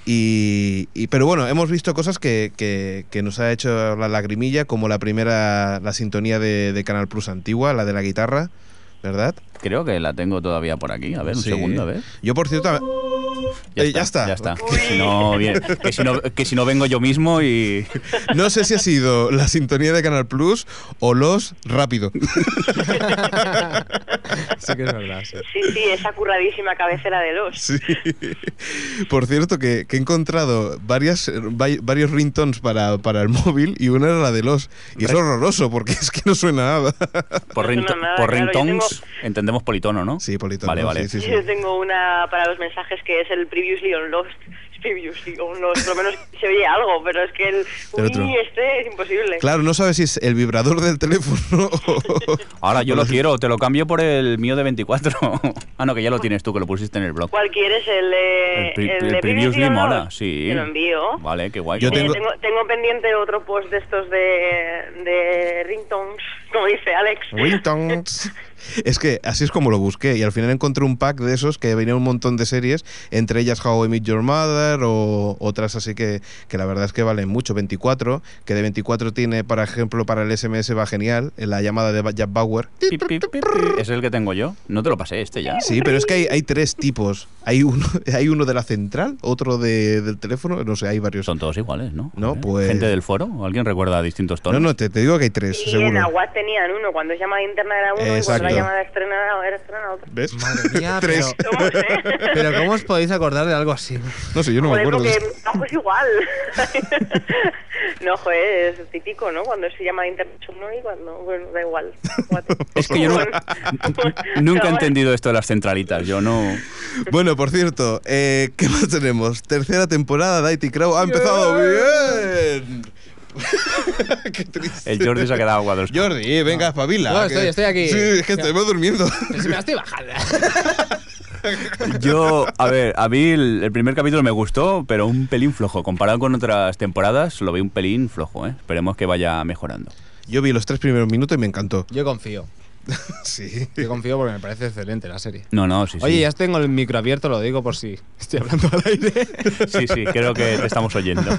A: Y, y- pero bueno, hemos visto cosas que, que- que nos ha hecho la lagrimilla, como la primera, la sintonía de, de Canal Plus antigua, la de la guitarra, ¿verdad?
C: Creo que la tengo todavía por aquí. A ver, un
A: Sí.
C: segundo, a ver.
A: Yo, por cierto, Eh, ya está.
C: Ya está. Que si, no, viene- que, si no, que si no vengo yo mismo y.
A: no sé si ha sido la sintonía de Canal Plus o los rápido.
B: sí que es verdad. sí.
D: Sí, sí, esa curradísima cabecera de los.
A: Sí. Por cierto, que, que he encontrado varias, eh, vai- varios ringtones para, para el móvil y una era la de los. Y es
C: Re-
A: horroroso porque es que no suena nada.
C: Por,
D: No suena
C: ringto-
D: nada,
C: por
D: claro, yo
C: ringtones entendemos politono, ¿no?
A: Sí, Polito.
C: Vale,
A: ¿no?
C: vale.
A: Sí, sí, sí.
D: Yo tengo una para los mensajes que es el previously on Lost. Es Previously on Lost. Por lo menos se oye algo, pero es que el.
A: El otro.
D: Uy, este es imposible.
A: Claro, no sabes si es el vibrador del teléfono o-
C: Ahora yo lo quiero, te lo cambio por el mío de 24. ah, no, que ya lo tienes tú, que lo pusiste en el blog.
D: ¿Cuál quieres? El, eh,
C: El, pri-
D: el
C: el
D: de
C: previously
D: on
C: mola,
D: Lost?
C: sí.
D: Te lo envío.
C: Vale, qué guay.
A: Yo
D: Eh,
C: qué
A: tengo-
D: tengo... tengo pendiente otro post de estos de, de ringtones, como dice Alex.
A: Ringtones. Es que así es como lo busqué y al final encontré un pack de esos que venía un montón de series, entre ellas How I Met Your Mother o otras así que, que la verdad es que valen mucho. 24, que de 24 tiene, por ejemplo, para el SMS va genial, la llamada de Jack Bauer.
C: Pip, pip, pip, pip. Es el que tengo yo. No te lo pasé este ya.
A: Sí, pero es que hay, hay tres tipos. Hay uno, hay uno de la central, otro de- del teléfono, no sé, hay varios.
C: Son todos iguales, ¿no?
A: No,
C: A ver,
A: pues-
C: Gente del foro, ¿alguien recuerda distintos
A: No,
C: tonos?
A: no, te, te digo que hay tres,
D: Y en
A: seguro.
D: Aguad tenían uno, cuando es llamada interna era uno y cuando
A: Exacto.
D: la llamada externa era externa otro.
A: ¿Ves?
F: Madre mía,
A: tres.
F: pero-
D: Somos, ¿eh?
F: Pero ¿cómo os podéis acordar de algo así?
A: No sé, yo no me
D: joder,
A: acuerdo.
D: porque tampoco es igual. no, joder, es típico, ¿no? Cuando se llama internet es uno y cuando... Bueno, da igual.
C: Es que yo
D: Bueno,
C: nunca, nunca he
D: bueno.
C: entendido esto de las centralitas. Yo no.
A: Bueno, por cierto, eh, ¿qué más tenemos? Tercera temporada de IT Crowd ha empezado bien. Qué triste.
C: El Jordi se ha quedado Ah. agua dos.
A: Jordi, venga, espabila.
F: No,
A: que-
F: estoy- estoy aquí.
A: Sí, es que estoy durmiendo.
F: Pero si me la estoy bajando.
C: Yo, a ver, a mí el, el primer capítulo me gustó, pero un pelín flojo. Comparado con otras temporadas, lo vi un pelín flojo, ¿eh? Esperemos que vaya mejorando.
A: Yo vi los tres primeros minutos y me encantó.
F: Yo confío.
A: Sí.
F: Yo confío porque me parece excelente la serie.
C: No, no, sí, sí.
F: Oye, ya tengo el micro abierto, lo digo por si estoy hablando al aire.
C: Sí, sí, creo que te estamos oyendo.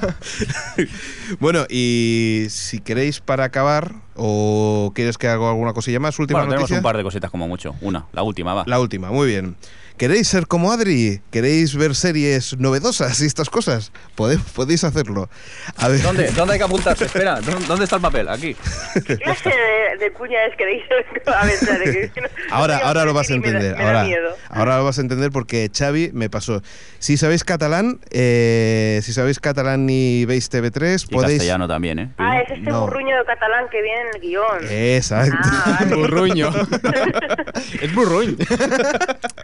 A: Bueno, y si queréis para acabar o quieres que haga alguna cosilla más, última
C: Bueno, tenemos
A: noticia.
C: un par de cositas como mucho. Una, la última, va.
A: La última, muy bien. ¿Queréis ser como Adri? ¿Queréis ver series novedosas y estas cosas? Podéis, podéis hacerlo. A ver.
C: ¿Dónde? ¿Dónde hay que apuntarse? Espera, ¿dó- ¿dónde está el papel? Aquí.
D: ¿Qué clase de, de cuña es que le hice a ver, espérate, que- no
A: Ahora,
D: sé,
A: ahora lo vas a
D: me da-
A: entender.
D: me da
A: ahora,
D: miedo.
A: ahora lo vas a entender porque Xavi me pasó. Si sabéis catalán, eh, si sabéis catalán y veis TV3,
C: Y
A: podéis.
C: castellano también, ¿eh?
D: Ah, es este
A: No. Eh.
D: burruño de catalán que viene en el guión.
A: Exacto.
D: Ah, vale.
F: Burruño. es burruño.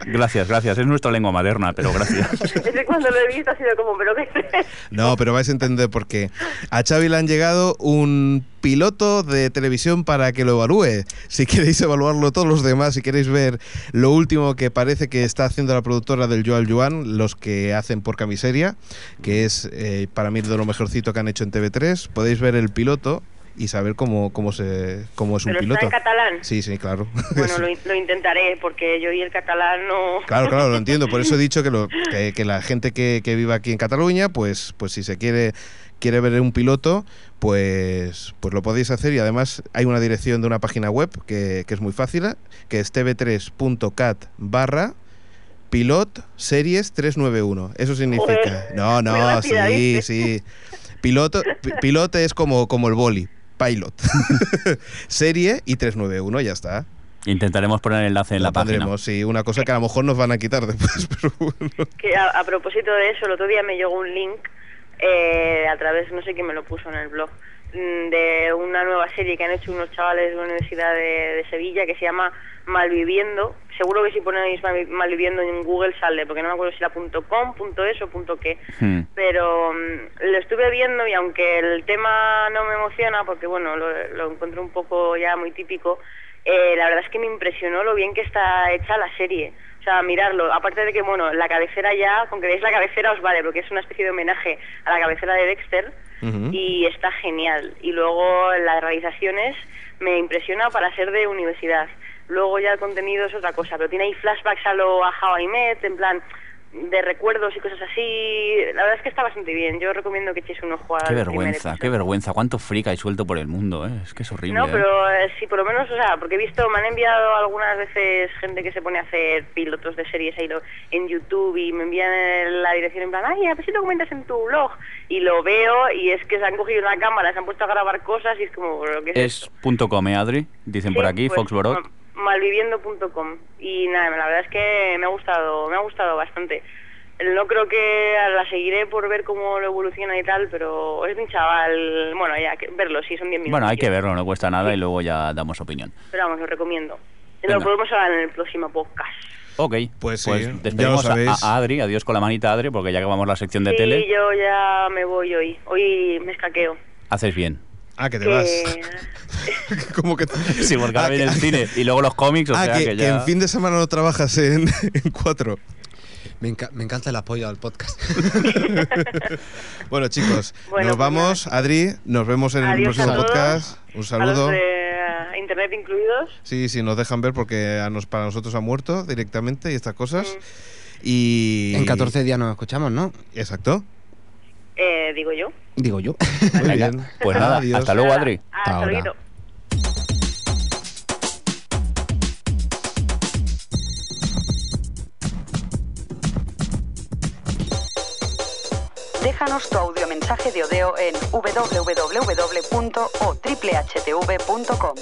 C: Gracias, gracias. Es nuestra lengua materna, pero gracias.
D: Ese cuando lo he visto ha sido como, pero qué es
A: No, pero vais a entender por qué. A Xavi le han llegado un piloto de televisión para que lo evalúe. Si queréis evaluarlo todos los demás, si queréis ver lo último que parece que está haciendo la productora del Joal Joan, los que hacen por camiseria, que es eh, para mí de lo mejorcito que han hecho en TV3, podéis ver el piloto y saber cómo, cómo, se, cómo es un
D: Pero está
A: piloto.
D: en catalán.
A: Sí, sí, claro.
D: Bueno,
A: Sí.
D: lo, in- lo intentaré, porque yo y el catalán no...
A: Claro, claro, lo entiendo. Por eso he dicho que, lo, que, que la gente que, que viva aquí en Cataluña, pues, pues si se quiere, quiere ver un piloto, pues, pues lo podéis hacer. Y además hay una dirección de una página web que, que es muy fácil, que es tv3.cat barra pilot series 391. Eso significa...
D: Joder,
A: No,
D: muy
A: no, sí,
D: rápida, ¿eh? ¿viste?
A: sí. Piloto, pi- pilote es como, como el boli. Pilot. Serie y 391, ya está.
C: Intentaremos poner el enlace en la,
A: Lo
C: página.
A: pondremos, sí, una cosa que a lo mejor nos van a quitar después, pero bueno.
D: Que a, a propósito de eso, el otro día me llegó un link eh, a través, no sé quién me lo puso en el blog, mm, de una nueva serie que han hecho unos chavales de la Universidad de, de Sevilla que se llama Malviviendo. Seguro que si ponéis Malvi- Malviviendo en Google sale, porque no me acuerdo si era punto .com, punto .es o punto .qué.
C: Hmm.
D: Pero mm, lo estuve viendo y aunque el tema no me emociona, porque bueno, lo, lo encuentro un poco ya muy típico, eh, la verdad es que me impresionó lo bien que está hecha la serie. O sea, mirarlo, aparte de que, bueno, la cabecera ya, con que veáis la cabecera os vale, porque es una especie de homenaje a la cabecera de Dexter
A: Ujú.
D: y está genial. Y luego las realizaciones me impresiona para ser de universidad. Luego ya el contenido es otra cosa, pero tiene ahí flashbacks a lo a How I Met, en plan de recuerdos y cosas así. La verdad es que está bastante bien. Yo recomiendo que echéis un ojo a
C: Qué vergüenza, qué vergüenza. Cuánto frica hay suelto por el mundo, ¿eh? Es que es horrible.
D: No,
C: ¿eh?
D: pero eh, sí, por lo menos, o sea, porque he visto, me han enviado algunas veces gente que se pone a hacer pilotos de series ahí lo- en YouTube y me envían eh, la dirección en plan, ay, a ver si lo comentas en tu blog. Y lo veo y es que se han cogido una cámara, se han puesto a grabar cosas y es como, "Pero, ¿qué es,
C: Es
D: esto?".
C: punto .com, ¿eh, Adri? Dicen por
D: Sí,
C: aquí,
D: pues,
C: Foxborough.
D: ma- Malviviendo.com. Y nada, la verdad es que me ha gustado, me ha gustado bastante. No creo que la seguiré por ver cómo lo evoluciona y tal, pero es de un chaval, bueno, ya, que- verlo, sí, son 10 minutos.
C: Bueno, hay que verlo, no cuesta nada y luego ya damos opinión.
D: Pero vamos, lo recomiendo.
C: Venga.
D: Lo podemos hablar en el próximo podcast.
C: Ok,
A: Pues sí, ya lo
C: despedimos a-
A: sabéis.
C: A, Adri, adiós con la manita Adri, porque ya acabamos la sección de
D: sí,
C: tele,
D: yo ya me voy hoy. Hoy me escaqueo.
C: haces bien.
A: Ah, que te
D: Que-
A: vas. Como que
C: Sí, porque ahora
A: Ah, que-
C: viene el cine y luego los cómics, o
A: ah,
C: sea
A: que,
C: que,
A: que
C: ya...
A: en fin de semana no trabajas en, en cuatro.
B: Me, enca- me encanta el apoyo al podcast.
A: Bueno, chicos,
D: Bueno,
A: nos
D: pues
A: vamos. Adri, nos vemos en el
D: Adiós
A: próximo
D: a todos.
A: podcast. Un
D: A los
A: saludo.
D: de eh, internet incluidos.
A: Sí, sí, nos dejan ver porque a nos, para nosotros ha muerto directamente y estas cosas.
D: Mm.
A: Y.
B: En 14 días nos escuchamos, ¿no?
A: Exacto.
D: Eh, digo yo.
B: Digo yo.
A: Muy
C: Venga,
A: bien.
C: Pues nada,
A: Adiós.
C: hasta luego Adri.
D: Hasta
B: Ahora.
D: luego.
E: Déjanos tu audiomensaje de odeo en www.otriplehtv.com.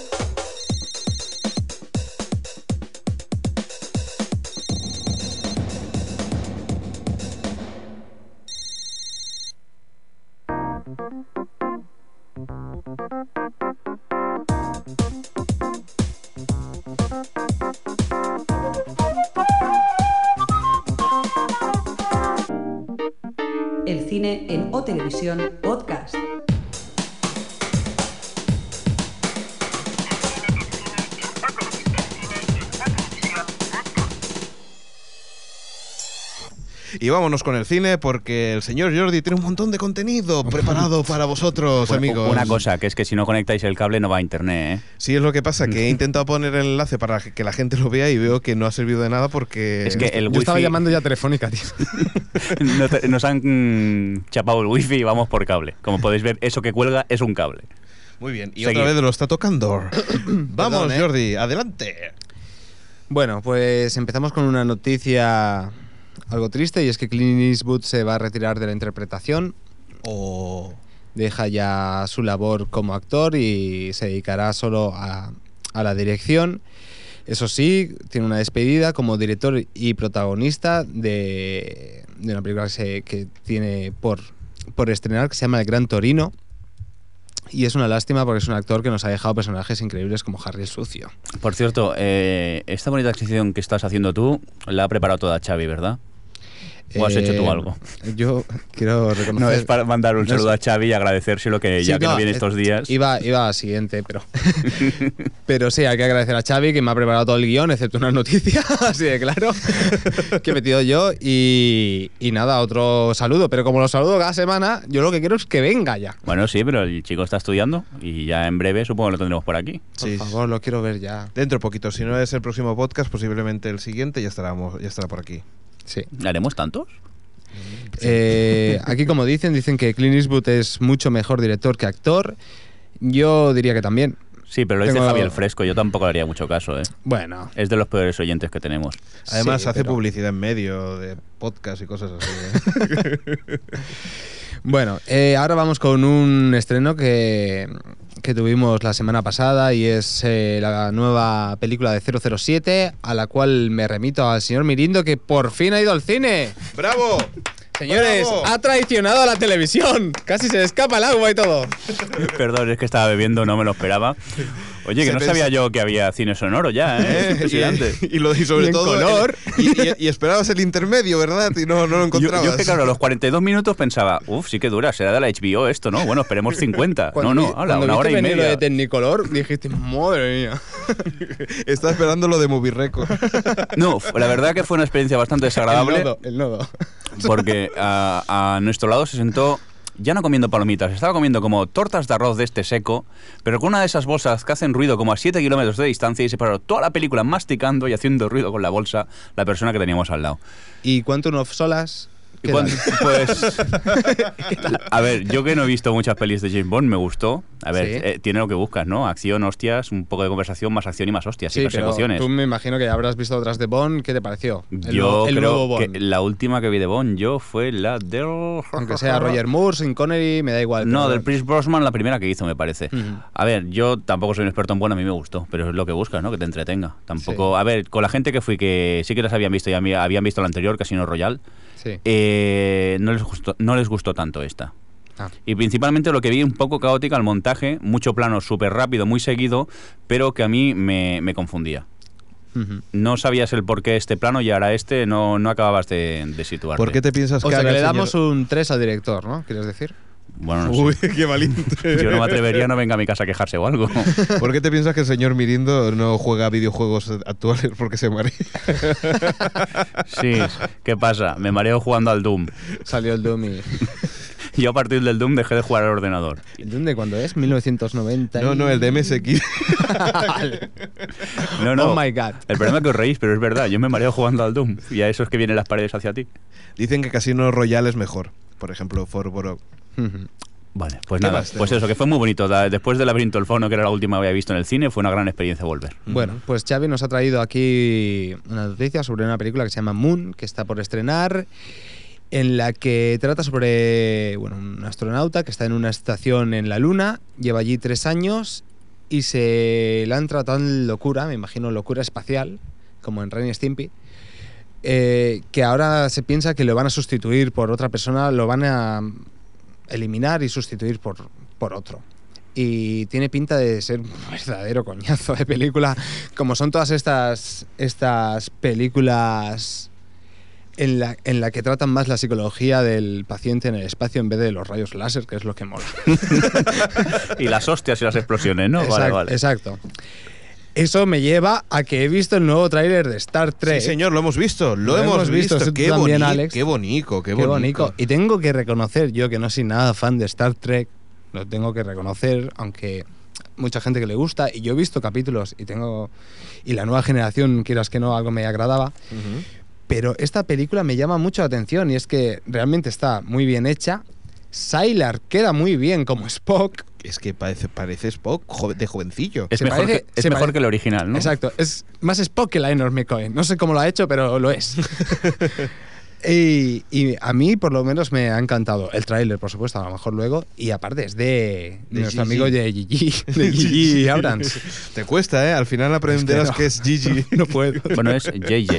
E: El cine en O Televisión Podcast.
A: Y vámonos con el cine porque el señor Jordi tiene un montón de contenido preparado para vosotros,
C: Una-
A: amigos.
C: Pues Una cosa, que es que si no conectáis el cable no va a internet, ¿eh?
A: Sí, es lo que pasa, que he intentado poner el enlace para que la gente lo vea y veo que no ha servido de nada porque...
C: Es que el
F: Yo estaba
C: wifi-
F: llamando ya telefónica, tío.
C: No te- Nos han mm, chapado el wifi y vamos por cable. Como podéis ver, eso que cuelga es un cable.
A: Muy bien, y
C: Seguid.
A: otra vez lo está tocando. Vamos,
B: Perdón, ¿eh?
A: Jordi, adelante.
B: Bueno, pues empezamos con una noticia algo triste y es que Clint Eastwood se va a retirar de la interpretación.
A: O...
B: Deja ya su labor como actor y se dedicará solo a, a la dirección. Eso sí, tiene una despedida como director y protagonista de, de una película que, se- que tiene por, por estrenar que se llama El Gran Torino. Y es una lástima porque es un actor que nos ha dejado personajes increíbles como Harry el Sucio.
C: Por cierto, eh, esta bonita sección que estás haciendo tú la ha preparado toda Xavi, ¿verdad? ¿O has hecho tú algo?
B: Eh, Yo quiero reconocer.
C: No es para mandar un
B: no
C: saludo
B: es-
C: a Xavi y agradecerse lo que
B: Sí,
C: ya que no viene
B: eh,
C: estos días.
B: Iba, iba a siguiente, pero. pero sí, hay que agradecer a Xavi que me ha preparado todo el guión, excepto unas noticias, así de claro, que he metido yo. Y, y nada, otro saludo. Pero como lo saludo cada semana, yo lo que quiero es que venga ya.
C: Bueno, sí, pero el chico está estudiando y ya en breve supongo que lo tendremos por aquí.
B: Por
A: Sí.
B: favor, lo quiero ver ya.
A: Dentro poquito, si no es el próximo podcast, posiblemente el siguiente ya, estaremos, ya estará por aquí.
B: Sí.
C: ¿Haremos tantos?
B: Eh, aquí, como dicen, dicen que Clint Eastwood es mucho mejor director que actor. Yo diría que también.
C: Sí, pero lo dice
B: Tengo-
C: Javier Fresco, yo tampoco le haría mucho caso, ¿eh?
B: Bueno,
C: Es de los peores oyentes que tenemos.
A: Además,
B: Sí,
A: hace
B: pero-
A: publicidad en medio de podcast y cosas así. ¿eh?
B: Bueno, eh, ahora vamos con un estreno que, que tuvimos la semana pasada y es eh, la nueva película de 007, a la cual me remito al señor Mirindo que por fin ha ido al cine.
A: ¡Bravo!
B: Señores,
A: Bravo.
B: ha traicionado a la televisión. Casi se le escapa el agua y todo.
C: Perdón, es que estaba bebiendo, no me lo esperaba. Oye, que
A: Se
C: no
A: pensa-
C: sabía yo que había cine sonoro ya, ¿eh? Es
A: ¿Eh?
C: impresionante.
A: Y, y lo, y sobre
B: Y en
A: todo.
B: color.
A: el- y, y- y esperabas el intermedio, ¿verdad? Y no, no lo
C: Yo,
A: encontrabas.
C: yo es que claro, a los 42 minutos pensaba, uff, sí que dura, será de la HBO esto, ¿no? Bueno, esperemos 50.
B: Cuando
C: no,
B: vi-
C: no, habla,
B: cuando viste
C: una hora y
B: venir
C: media.
B: lo de Technicolor, dijiste, madre mía.
A: Estaba esperando lo de Movireco.
C: No, f- la verdad que fue una experiencia bastante
B: El
C: desagradable
B: nodo, el nodo.
C: porque a, a nuestro lado se sentó ya no comiendo palomitas, estaba comiendo como tortas de arroz de este seco, pero con una de esas bolsas que hacen ruido como a 7 kilómetros de distancia y se paró toda la película masticando y haciendo ruido con la bolsa la persona que teníamos al lado.
B: ¿Y cuánto of solas?
C: Y cuando- pues. a ver, yo que no he visto muchas pelis de James Bond, me gustó. A ver,
B: Sí.
C: eh, tiene lo que buscas, ¿no? Acción, hostias, un poco de conversación, más acción y más hostias y
B: Sí, pero
C: persecuciones.
B: tú me imagino que ya habrás visto otras de Bond. ¿Qué te pareció? El,
C: Yo
B: no- el nuevo
C: creo
B: Bond.
C: que la última que vi de Bond yo fue la del.
B: Aunque sea Roger Moore, Sin Connery, me da igual.
C: No,
B: pero-
C: del Pierce Brosnan, la primera que hizo, me parece.
B: Ujú.
C: A ver, yo tampoco soy un experto en Bond, a mí me gustó, pero es lo que buscas, ¿no? Que te entretenga. Tampoco.
B: Sí.
C: A ver, con la gente que fui, que sí que las habían visto y había- habían visto la anterior, Casino Royal,
B: Sí.
C: eh, no, les gustó, no les gustó tanto esta.
B: Ah.
C: Y principalmente lo que vi un poco caótica el montaje, mucho plano súper rápido, muy seguido, pero que a mí me, me confundía.
B: Ujú.
C: No sabías el por qué este plano y ahora este no, no acababas de, de situarte.
A: ¿Por qué te piensas
B: O
A: que
B: sea, que
A: haga
B: le
A: el
B: damos
A: señor?
B: un 3 al director, ¿no? ¿Quieres decir?
C: Bueno, no sé.
A: Uy, qué valiente.
C: Yo no me atrevería, no venga a mi casa a quejarse o algo.
A: ¿Por qué te piensas que el señor Mirindo no juega a videojuegos actuales porque se marea?
C: Sí, ¿qué pasa? Me mareo jugando al Doom.
B: Salió el Doom y...
C: Yo a partir del Doom dejé de jugar al ordenador.
B: ¿El Doom de cuándo es? 1990. y-
A: No, no, el de MSX.
C: No, no.
B: Oh my God.
C: El problema es que os reís, pero es verdad. Yo me mareo jugando al Doom. Y a esos que vienen las paredes hacia ti.
A: Dicen que Casino Royale es mejor. Por ejemplo, Forboro.
B: Ujú.
C: Vale, pues
A: ¿Qué
C: nada.
A: más
C: Pues
A: tenemos?
C: eso, que fue muy bonito. Da- Después del laberinto del fauno, que era la última que había visto en el cine, fue una gran experiencia volver.
B: Bueno, pues Xavi nos ha traído aquí una noticia sobre una película que se llama Moon, que está por estrenar, en la que trata sobre bueno, un astronauta que está en una estación en la Luna, lleva allí tres años y se la han tratado en locura, me imagino locura espacial, como en Ren y Stimpy, eh, que ahora se piensa que lo van a sustituir por otra persona, lo van a eliminar y sustituir por, por otro. Y tiene pinta de ser un verdadero coñazo de película, como son todas estas, estas películas en la, en la que tratan más la psicología del paciente en el espacio en vez de los rayos láser, que es lo que mola.
C: Y las hostias y las explosiones, ¿no? Vale,
B: Exacto,
C: vale.
B: Exacto. Eso me lleva a que he visto el nuevo tráiler de Star Trek.
A: Sí, señor, lo hemos visto. Lo, hemos, visto.
B: sí, tú
A: Qué,
B: también,
A: boni-
B: Alex.
A: qué bonito, qué
B: Qué
A: bonito.
B: bonito. Y tengo que reconocer, yo que no soy nada fan de Star Trek, lo tengo que reconocer, aunque mucha gente que le gusta, y yo he visto capítulos y tengo. Y la nueva generación, quieras que no, algo me agradaba.
A: Ujú.
B: Pero esta película me llama mucho la atención y es que realmente está muy bien hecha. Sylar queda muy bien como Spock.
A: Es que parece, parece Spock joven- de jovencillo.
C: Es,
B: Se
C: mejor,
B: parece-
C: que, es
B: se
C: mejor
B: parece-
C: que el original, ¿no?
B: Exacto, es más Spock que la enorme Cohen. No sé cómo lo ha hecho, pero lo es. y, y a mí, por lo menos, me ha encantado el tráiler, por supuesto, a lo mejor luego. Y aparte es de,
A: De
B: nuestro
A: Gigi.
B: amigo de Gigi, de Gigi Abrams.
A: Te cuesta, ¿eh? Al final aprenderás
B: no.
A: que es Gigi.
B: No puedo.
C: Bueno, es JJ.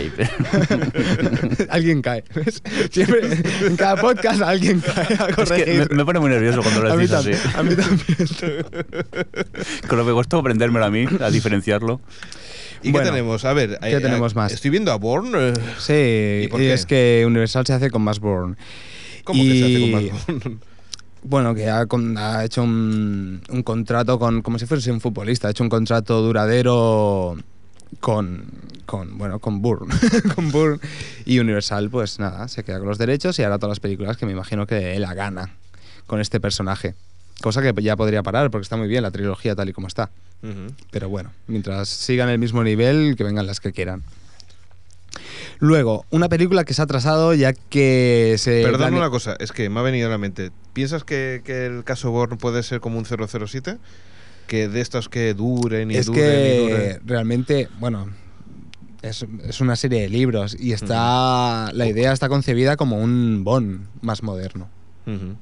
B: alguien cae. ¿ves? Siempre, en cada podcast alguien cae a
C: Es que me,
B: corregir.
C: me pone muy nervioso cuando lo
B: a, mí
C: decís así.
B: también, a mí también.
C: Con lo que costó aprendérmelo a mí, a diferenciarlo.
A: ¿Y
B: Bueno,
A: qué tenemos? A ver, eh,
B: ¿qué tenemos más?
A: Estoy viendo a Bourne. eh,
B: Sí,
A: ¿Y por
B: y
A: qué?
B: es que Universal se hace con más Born.
A: ¿Cómo que se hace con
B: Y-
A: más Bourne?
B: Bueno, que ha, con- ha hecho un, un contrato con, como si fuese un futbolista, ha hecho un contrato duradero con, con bueno, con Burn, con Bourne. y Universal, pues nada, se queda con los derechos y hará todas las películas que me imagino que él la gana con este personaje. Cosa que ya podría parar porque está muy bien la trilogía tal y como está.
A: Ujú.
B: Pero bueno, mientras sigan el mismo nivel, que vengan las que quieran. Luego, una película que se ha atrasado ya que se...
A: Perdón
B: plane-
A: una cosa, es que me ha venido a la mente. ¿Piensas que, que el caso Bourne puede ser como un 007? Que de estos que duren y
B: es
A: duren
B: que
A: y duren.
B: realmente, bueno, es, es una serie de libros y está la idea está concebida como un Bond más moderno.
A: Ujú.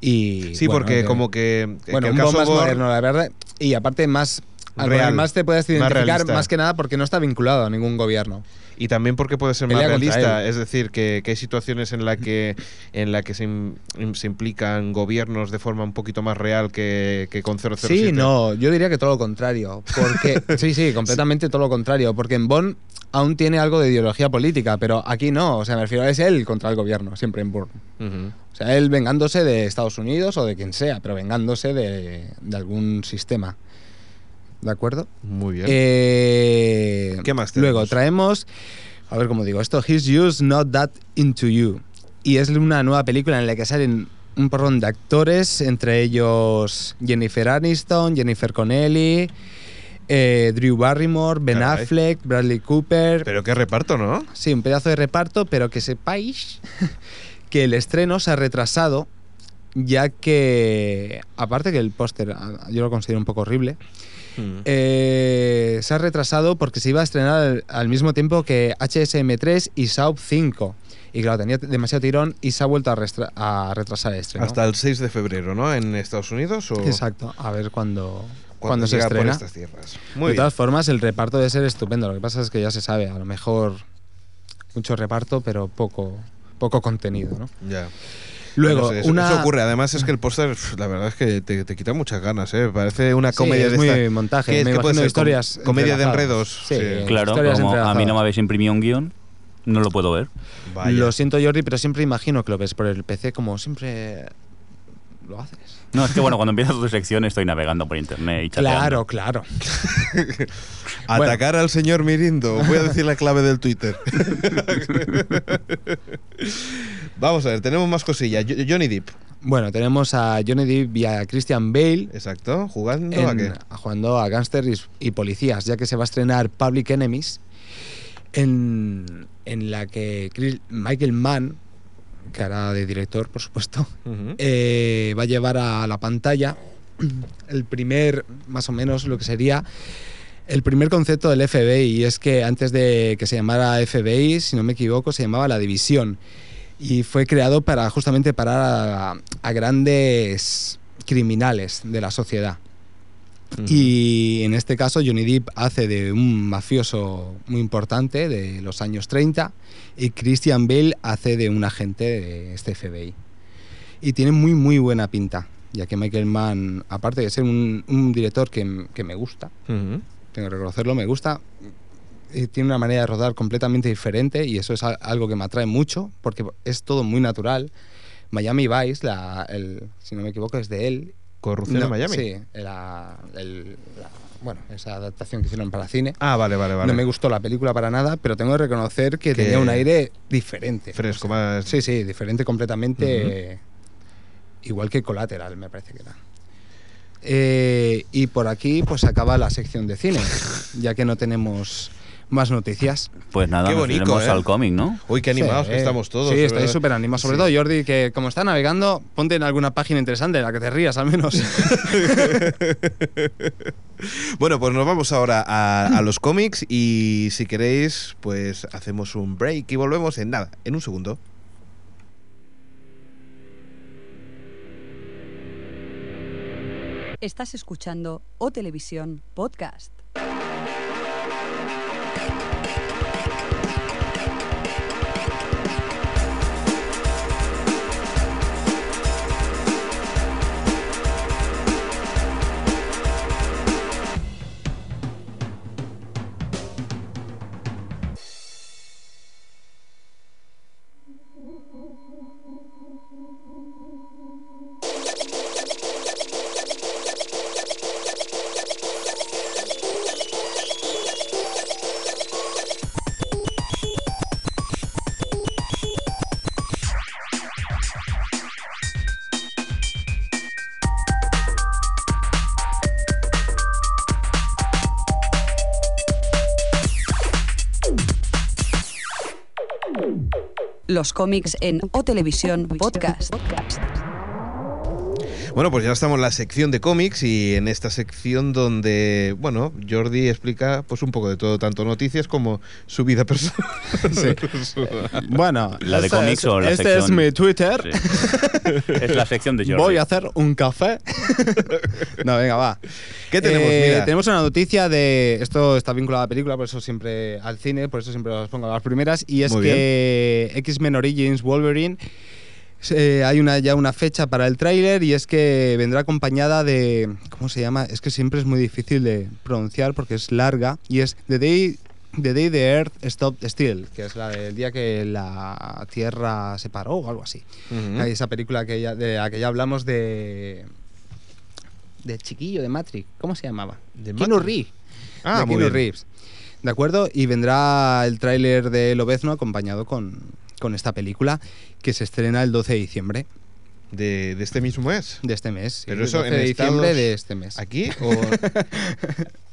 B: Y
A: Sí,
B: bueno,
A: porque
B: que-
A: como que, que
B: bueno,
A: el
B: un Bond
A: caso
B: más
A: Bourne-
B: moderno, la verdad, y aparte más
A: real,
B: más te puedes
A: más
B: identificar
A: realista.
B: más, que nada porque no está vinculado a ningún gobierno.
A: Y también porque puede ser más
B: Pelea contra
A: realista,
B: él.
A: es decir, que, que hay situaciones en la que en la que se, im- im- se implican gobiernos de forma un poquito más real que, que con 007.
B: Sí, no, yo diría que todo lo contrario. Porque, sí, sí, completamente todo lo contrario. Porque en Bonn aún tiene algo de ideología política, pero aquí no. O sea, me refiero es él contra el gobierno, siempre en Bonn.
A: Ujú.
B: O sea, él vengándose de Estados Unidos o de quien sea, pero vengándose de, de algún sistema. ¿De acuerdo?
A: Muy bien.
B: Eh,
A: ¿Qué más
B: Luego
A: tenemos?
B: traemos, a ver cómo digo esto, He's Just Not That Into You. Y es una nueva película en la que salen un porrón de actores, entre ellos Jennifer Aniston, Jennifer Connelly, eh, Drew Barrymore, Ben
A: Caray.
B: Affleck, Bradley Cooper.
A: Pero qué reparto, ¿no?
B: Sí, un pedazo de reparto, pero que sepáis que el estreno se ha retrasado, ya que, aparte que el póster ah, yo lo considero un poco horrible,
A: Mm.
B: eh, se ha retrasado porque se iba a estrenar al, al mismo tiempo que HSM3 y Saw 5. Y claro, tenía demasiado tirón y se ha vuelto a, restra- a retrasar el estreno.
A: Hasta el 6 de febrero, ¿no? En Estados Unidos o
B: Exacto, a ver cuándo,
A: cuando
B: cuándo se
A: llega por
B: estrena.
A: estas tierras. Muy
B: de
A: bien.
B: todas formas, el reparto debe ser estupendo. Lo que pasa es que ya se sabe, a lo mejor mucho reparto, pero poco, poco contenido, ¿no?
A: Ya.
B: Luego,
A: Bueno, eso,
B: una...
A: eso ocurre. Además es que el póster, pf, la verdad es que te, te quita muchas ganas, ¿eh? Parece una
B: Sí,
A: comedia
B: es
A: de
B: muy
A: esta-
B: montaje,
A: ¿Qué es?
B: me
A: ¿Qué puede
B: imagino
A: ser?
B: historias
A: Com- comedia de
B: entrelazadas.
A: enredos.
B: Sí.
C: Claro,
B: historias
C: como a mí
B: entrelazadas.
C: no me habéis imprimido un guión, no lo puedo ver.
A: Vaya.
B: Lo siento, Jordi, pero siempre imagino que lo ves por el PC como siempre lo haces.
C: No, es que bueno, cuando empieza tu sección estoy navegando por internet y chateando.
B: Claro, claro. Bueno.
A: Atacar al señor Mirindo. Voy a decir la clave del Twitter. Vamos a ver, tenemos más cosillas. Yo- Johnny Depp,
B: Bueno, tenemos a Johnny Depp y a Christian Bale
A: exacto. ¿Jugando a
B: en-
A: qué?
B: jugando a gángsters y, y policías, ya que se va a estrenar Public Enemies, en, en la que Chris- Michael Mann, que hará de director, por supuesto,
A: Ujú.
B: eh, va a llevar a la pantalla el primer, más o menos, lo que sería el primer concepto del FBI. Y es que antes de que se llamara FBI, si no me equivoco, se llamaba la división. Y fue creado para justamente parar a, a grandes criminales de la sociedad. Y en este caso Johnny Depp hace de un mafioso muy importante de los años 30 y Christian Bale hace de un agente de este FBI. Y tiene muy muy buena pinta, ya que Michael Mann, aparte de ser un, un director que, m- que me gusta,
A: Ujú.
B: tengo que reconocerlo, me gusta, eh, tiene una manera de rodar completamente diferente y eso es a- algo que me atrae mucho porque es todo muy natural. Miami Vice, la- el- si no me equivoco, es de él
A: Corrupción
B: no,
A: en Miami.
B: Sí, la, el- la- bueno, esa adaptación que hicieron para cine.
A: Ah, vale, vale, vale.
B: No me gustó la película para nada, pero tengo que reconocer que,
A: Que-
B: tenía un aire diferente.
A: Fresco,
B: O sea,
A: más.
B: Sí, sí, diferente completamente. eh, Igual que Collateral, me parece que era. Eh, y por aquí pues acaba la sección de cine, ya que no tenemos más noticias.
C: Pues nada,
A: Qué
C: nos
A: bonito,
C: iremos
A: ¿eh?
C: al cómic, ¿no?
A: Uy, qué animados
B: Sí, eh.
A: que estamos todos.
B: Sí,
A: de
B: estáis
A: verdad.
B: súper animados. Sobre
A: Sí.
B: todo, Jordi, que como está navegando, ponte en alguna página interesante en la que te rías al menos.
A: Bueno, pues nos vamos ahora a, a los cómics y si queréis, pues hacemos un break y volvemos en nada, en un segundo.
E: Estás escuchando O Televisión Podcast. Los cómics en O Televisión Podcast.
A: Bueno, pues ya estamos en la sección de cómics y en esta sección donde, bueno, Jordi explica pues un poco de todo, tanto noticias como su vida personal.
B: Bueno,
C: ¿La de
B: esta
C: cómics
B: es-
C: o la
B: este es
C: sección?
B: mi Twitter.
C: Sí. es la sección de Jordi.
B: Voy a hacer un café. no, venga, va.
A: ¿Qué tenemos?
B: Eh,
A: Mira.
B: Tenemos una noticia de. Esto está vinculado a la película, por eso siempre al cine, por eso siempre los pongo las primeras. Y es
A: Muy
B: que X-Men Origins Wolverine. eh, hay una, ya una fecha para el tráiler y es que vendrá acompañada de. ¿Cómo se llama? Es que siempre es muy difícil de pronunciar porque es larga. Y es The Day. The Day the Earth Stopped Still, que es la del día que la Tierra se paró o algo así.
A: Ujú.
B: Hay esa película que ya, de la que ya hablamos de. De chiquillo, de Matrix. ¿Cómo se llamaba?
A: De
B: Keanu
A: Matrix.
B: Reeves.
A: Ah,
B: de
A: muy
B: Keanu
A: bien.
B: Reeves. ¿De acuerdo? Y vendrá el tráiler de Lobezno acompañado con, con esta película que se estrena el 12 de diciembre
A: De, de este mismo mes.
B: de este mes. sí,
A: Pero
B: el
A: eso
B: 12
A: en
B: de diciembre
A: Estados-
B: de este mes.
A: ¿Aquí o...?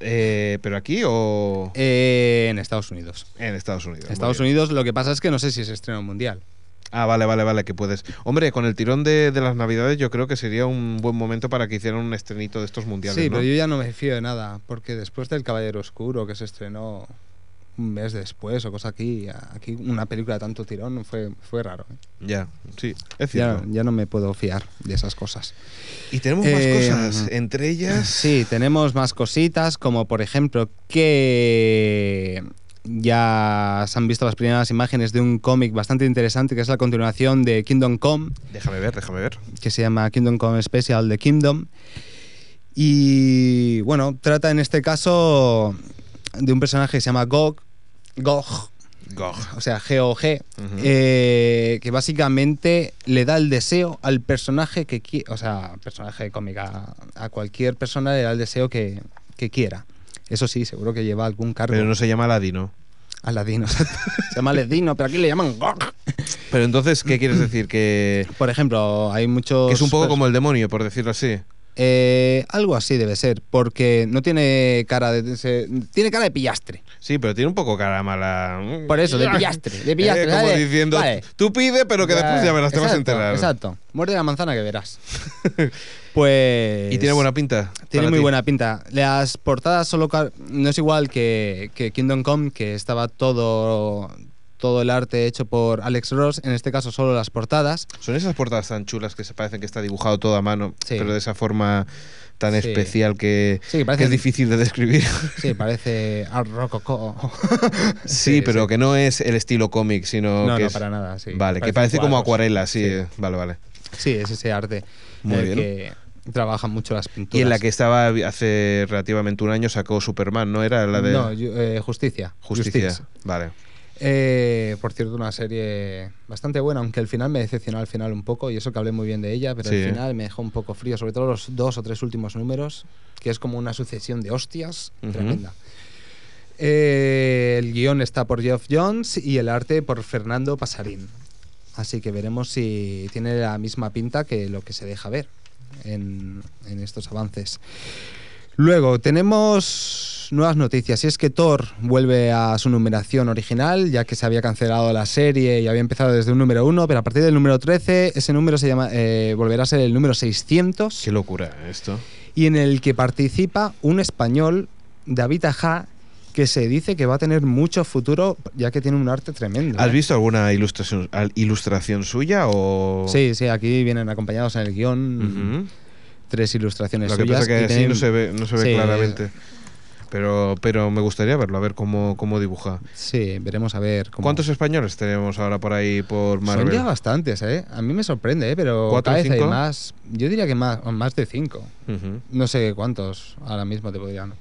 A: Eh, ¿Pero aquí o...?
B: Eh, en Estados Unidos.
A: En Estados Unidos.
B: En Estados
A: muy bien.
B: Unidos lo que pasa es que no sé si es estreno mundial.
A: Ah, vale, vale, vale, que puedes. Hombre, con el tirón de, de las navidades yo creo que sería un buen momento para que hicieran un estrenito de estos mundiales,
B: Sí,
A: ¿no?
B: pero yo ya no me fío de nada, porque después del Caballero Oscuro, que se estrenó un mes después o cosa aquí, aquí una película de tanto tirón fue, fue raro. ¿eh?
A: Ya, sí, es
B: Ya,
A: cierto.
B: ya no me puedo fiar de esas cosas.
A: Y tenemos
B: Eh,
A: más cosas, entre ellas...
B: Sí, tenemos más cositas, como por ejemplo que ya se han visto las primeras imágenes de un cómic bastante interesante, que es la continuación de Kingdom Come,
A: Déjame ver, déjame ver.
B: que se llama Kingdom Come Special The Kingdom. Y bueno, trata en este caso de un personaje que se llama Gog, Gog
A: Gog.
B: o sea, GOG,
A: Ujú.
B: eh, que básicamente le da el deseo al personaje que quiera, o sea, personaje cómica, a cualquier persona le da el deseo que, que quiera. Eso sí, seguro que lleva algún cargo.
A: Pero no se llama Ladino.
B: Aladino, se llama Aladino, pero aquí le llaman Gog.
A: Pero entonces, ¿qué quieres decir? Que,
B: Por ejemplo, hay muchos...
A: que es un poco
B: pers-
A: como el demonio, por decirlo así.
B: Eh, algo así debe ser, porque no tiene cara de. se- tiene cara de pillastre.
A: Sí, pero tiene un poco cara mala.
B: Por eso, de pillastre, de pillastre,
A: Eh, como
B: dale,
A: diciendo,
B: vale.
A: tú pide, pero que después ya verás, te vas a
B: Exacto,
A: enterar.
B: Exacto. Muerde la manzana que verás. pues.
A: Y tiene buena pinta.
B: Tiene
A: para
B: muy
A: ti.
B: buena pinta. Las portadas solo car- no es igual que, que Kingdom Come, que estaba todo, todo el arte hecho por Alex Ross, en este caso solo las portadas.
A: Son esas portadas tan chulas que se parecen que está dibujado todo a mano,
B: Sí.
A: pero de esa forma tan
B: Sí.
A: especial que,
B: Sí, que
A: que
B: parece,
A: es difícil de describir.
B: Sí, parece Art Rococo.
A: Sí, pero que no es el estilo cómic, sino
B: No, no,
A: que es-
B: para nada, sí.
A: Vale, que parece
B: Parecen
A: como
B: cuadros.
A: acuarela, sí, eh, vale, vale.
B: Sí, es ese arte
A: Muy
B: en el
A: bien.
B: que trabajan mucho las pinturas.
A: Y en la que estaba hace relativamente un año sacó Superman, ¿no? Era la de
B: No, yo- eh, Justicia.
A: Justicia.
B: Justice.
A: Vale.
B: Eh, por cierto, una serie bastante buena, aunque el final me decepcionó al final un poco, y eso que hablé muy bien de ella, pero
A: Sí.
B: el final me dejó un poco frío, sobre todo los dos o tres últimos números, que es como una sucesión de hostias
A: Ujú.
B: tremenda. Eh, el guión está por Geoff Jones y el arte por Fernando Pasarín. Así que veremos si tiene la misma pinta que lo que se deja ver en, en estos avances. Luego tenemos nuevas noticias. Y es que Thor vuelve a su numeración original, ya que se había cancelado la serie y había empezado desde un número 1, pero a partir del número 13 ese número se llama, eh, volverá a ser el número 600
A: Qué locura esto.
B: y en el que participa un español, David Aja, que se dice que va a tener mucho futuro, ya que tiene un arte tremendo.
A: ¿Has
B: ¿eh?
A: visto alguna ilustración, al- ilustración suya o...?
B: Sí, sí, aquí vienen acompañados en el guión
A: Ujú.
B: tres ilustraciones
A: Lo que
B: suyas
A: pasa que
B: y
A: así
B: tienen-
A: no se ve, no se ve
B: Sí,
A: claramente. Pero, pero me gustaría verlo, a ver cómo, cómo dibuja.
B: Sí, veremos a ver cómo.
A: ¿Cuántos españoles tenemos ahora por ahí por
B: Son ya
A: Marvel?
B: bastantes, ¿eh? A mí me sorprende, ¿eh? Pero
A: ¿Cuatro,
B: cada vez hay
A: cinco?
B: más. Yo diría que más, más de cinco.
A: Ujú.
B: No sé cuántos ahora mismo te podrían.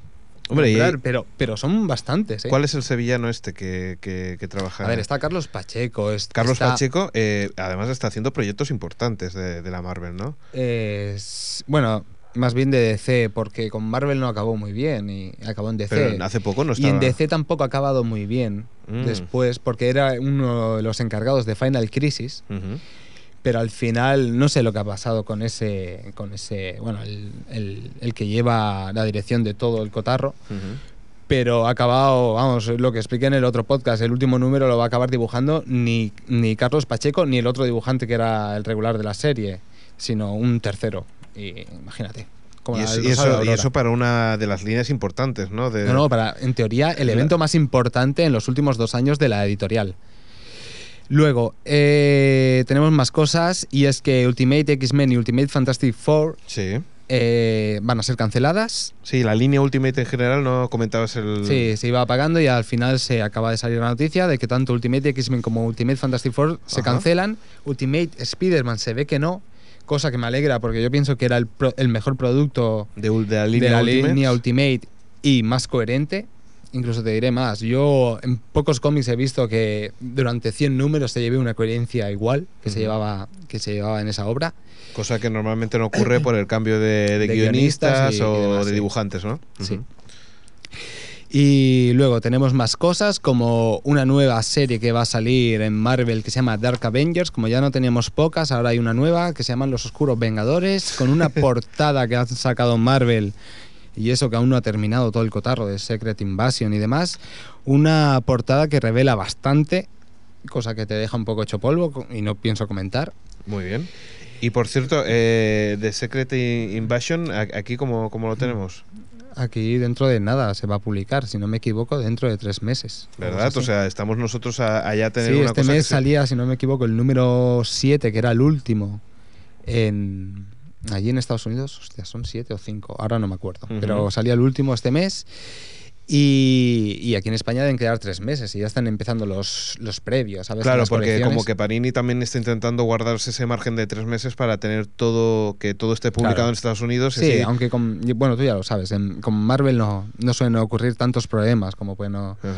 A: Hombre, ¿y
B: nombrar, pero, pero son bastantes, ¿eh?
A: cuál es el sevillano este que, que- que trabaja?
B: A ver, está Carlos Pacheco. es-
A: Carlos
B: está-
A: Pacheco, eh, además está haciendo proyectos importantes de, de la Marvel, ¿no?
B: es- bueno, más bien de DC, porque con Marvel no acabó muy bien y acabó en DC.
A: Pero hace poco no
B: y
A: estaba.
B: en DC tampoco ha acabado muy bien
A: Mm.
B: después, porque era uno de los encargados de Final Crisis,
A: Ujú.
B: pero al final no sé lo que ha pasado con ese, con ese bueno, el, el- el que lleva la dirección de todo el cotarro,
A: Ujú.
B: pero ha acabado, vamos, lo que expliqué en el otro podcast, el último número lo va a acabar dibujando ni, ni Carlos Pacheco ni el otro dibujante que era el regular de la serie, sino un tercero. Y imagínate. como
A: Y,
B: la
A: es-
B: del
A: y
B: Rosa de
A: eso, y
B: Aurora.
A: eso para una de las líneas importantes, ¿no? De,
B: No, no, para, en teoría, el evento más importante en los últimos dos años de la editorial. Luego, eh, tenemos más cosas y es que Ultimate X-Men y Ultimate Fantastic Four
A: Sí.
B: eh, van a ser canceladas.
A: Sí, la línea Ultimate en general, ¿no? Comentabas el...
B: Sí, se iba apagando y al final se acaba de salir la noticia de que tanto Ultimate X-Men como Ultimate Fantastic Four se
A: Ajá.
B: cancelan. Ultimate Spider-Man se ve que no, cosa que me alegra porque yo pienso que era el, pro- el mejor producto
A: De, ul- de la línea
B: de la
A: Ultimate.
B: línea Ultimate y más coherente. Incluso te diré más, yo en pocos cómics he visto que durante 100 números se lleve una coherencia igual que, se,
A: Ujú.
B: llevaba, que se llevaba en esa obra.
A: Cosa que normalmente no ocurre por el cambio de, de
B: De
A: guionistas,
B: guionistas y-
A: o
B: y demás,
A: de
B: sí.
A: dibujantes, ¿no?
B: Sí.
A: Ujú.
B: Y luego tenemos más cosas como una nueva serie que va a salir en Marvel que se llama Dark Avengers. Como ya no teníamos pocas, ahora hay una nueva que se llaman Los Oscuros Vengadores, con una portada que han sacado Marvel. Y eso que aún no ha terminado todo el cotarro de Secret Invasion y demás. Una portada que revela bastante, cosa que te deja un poco hecho polvo co- y no pienso comentar.
A: Muy bien. Y por cierto, eh, de Secret I- Invasion, a- aquí como, como
B: Mm.
A: lo tenemos,
B: Aquí dentro de nada se va a publicar, si no me equivoco, dentro de tres meses.
A: ¿verdad?
B: Algo
A: O
B: así.
A: sea, estamos nosotros a- allá a tener
B: Sí,
A: una
B: este
A: cosa que
B: mes
A: se-
B: salía, si no me equivoco, el número 7, que era el último, en, allí en Estados Unidos. Hostia, son 7 o 5, ahora no me acuerdo.
A: Ujú.
B: Pero salía el último este mes. Y, y aquí en España deben quedar tres meses y ya están empezando los, los previos. ¿sabes?
A: Claro,
B: Las
A: porque
B: colecciones.
A: como que Panini también está intentando guardarse ese margen de tres meses para tener todo, que todo esté publicado
B: Claro.
A: en Estados Unidos. y
B: Sí,
A: así-
B: aunque con, y bueno, tú ya lo sabes, en- con Marvel no, no suelen ocurrir tantos problemas como pueden... o-
A: Ajá.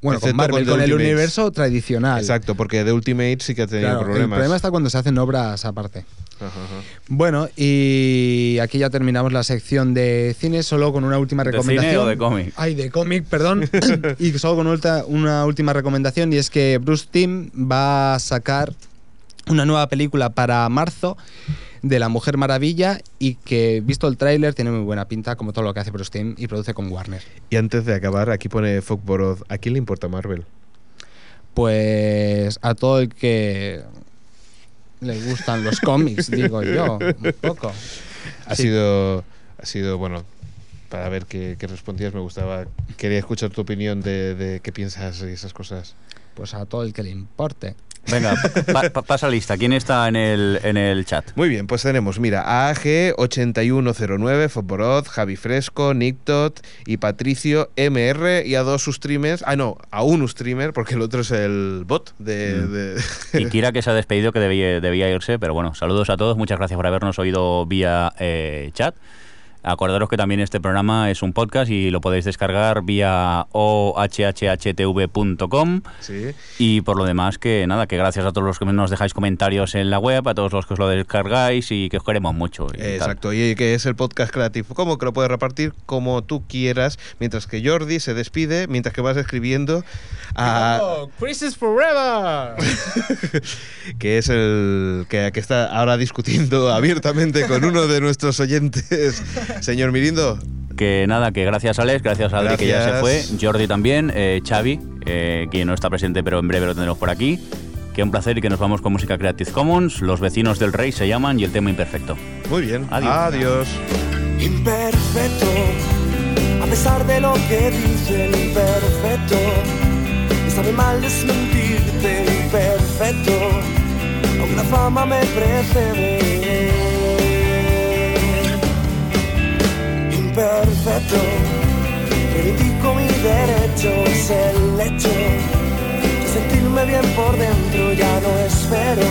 B: Bueno,
A: Excepto
B: con Marvel,
A: con The
B: con, el
A: Ultimates.
B: universo tradicional.
A: Exacto, porque The Ultimate sí que ha tenido
B: Claro, el
A: problemas.
B: problema está cuando se hacen obras aparte.
A: Ajá, ajá.
B: Bueno, y aquí ya terminamos la sección de cine, solo con una última
C: ¿De
B: recomendación.
C: cine o de cómic?
B: Ay, de cómic, perdón. y solo con ulta- una última recomendación, y es que Bruce Timm va a sacar una nueva película para marzo de La Mujer Maravilla y que, visto el tráiler, tiene muy buena pinta, como todo lo que hace Bruce Timm y produce con Warner.
A: Y antes de acabar, aquí pone Fogboroth, ¿a quién le importa Marvel?
B: Pues a todo el que le gustan los cómics, digo yo, un poco.
A: Ha
B: Sí.
A: sido, ha sido bueno, para ver qué, qué respondías, me gustaba, quería escuchar tu opinión de, de qué piensas y esas cosas.
B: Pues a todo el que le importe.
C: Venga, pa- pa- pasa lista. ¿Quién está en el, en el chat?
A: Muy bien, pues tenemos, mira, AG8109, Fogboroth, Javi Fresco, Nictot y Patricio MR y a dos streamers, ah no, a un streamer, porque el otro es el bot de...
C: Mm.
A: de-
C: Y Kira, que se ha despedido, que debía, debía irse, pero bueno, saludos a todos, muchas gracias por habernos oído vía eh, chat. Acordaros que también este programa es un podcast y lo podéis descargar vía ohhhtv.com.
A: sí.
C: Y por lo demás, que nada, que gracias a todos los que nos dejáis comentarios en la web, a todos los que os lo descargáis y que os queremos mucho. y tal.
A: Exacto, y que es el podcast creativo. ¿Cómo que lo puedes repartir? Como tú quieras, mientras que Jordi se despide, mientras que vas escribiendo a
B: Chris is forever.
A: que es el que, que está ahora discutiendo abiertamente con uno de nuestros oyentes, señor Mirindo.
C: Que nada, que gracias Alex, gracias a Adri que ya se fue,
A: Gracias.
C: Jordi también, eh, Xavi, eh, que no está presente pero en breve lo tendremos por aquí. Que un placer y que nos vamos con música Creative Commons. Los vecinos del rey se llaman y el tema imperfecto.
A: Muy bien.
C: Adiós.
A: Adiós.
G: Imperfecto, a pesar de lo que dice el imperfecto, me sabe mal desmentirte, imperfecto, aunque la fama me precede. Imperfecto, reivindico mi derecho, es el hecho de sentirme bien por dentro, ya no espero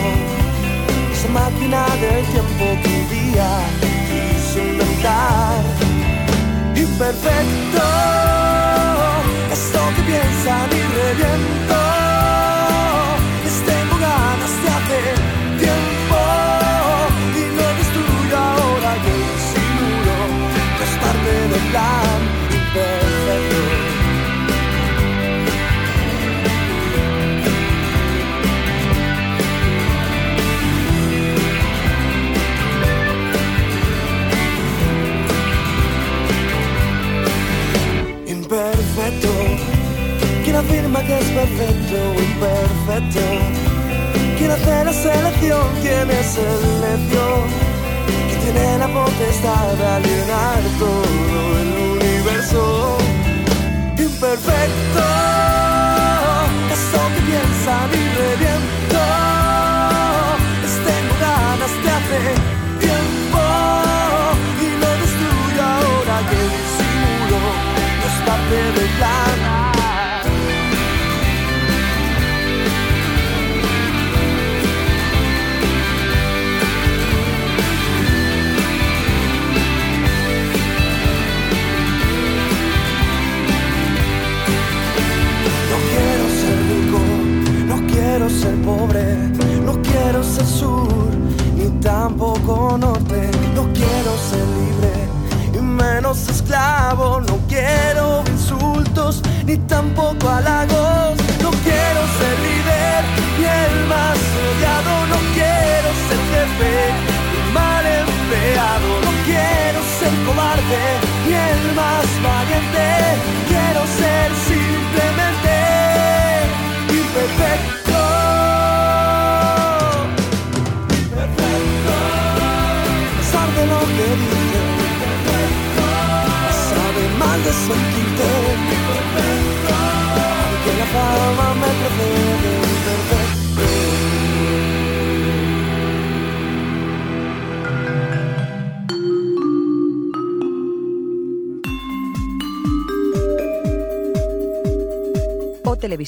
G: esa máquina del tiempo que un día quise inventar. Imperfecto, esto que piensan y reviento, les tengo ganas de hacer tiempo y lo destruyo ahora que insinúo que es parte del plan imperfecto. imperfecto. Quien afirma que es perfecto, imperfecto. Quien hace la selección tiene selección. Quien tiene la de alienar todo el universo imperfecto. Eso que piensa vive viento. Les tengo Este ganas de hace tiempo y me destruyo ahora que disimulo. No es parte del plan. No quiero ser rico, no quiero ser pobre, no quiero ser sur, ni tampoco norte. No quiero ser libre, y menos esclavo. No quiero insultos, ni tampoco halagos. No quiero ser líder, ni el más odiado. No quiero ser jefe, ni mal empleado. No quiero ser cobarde, ni el más valiente. Quiero ser simplemente imperfecto. Imperfecto. A pesar de lo que dije, sabe mal de sentirte. Imperfecto. Aunque la fama me precede, imperfecto.
E: O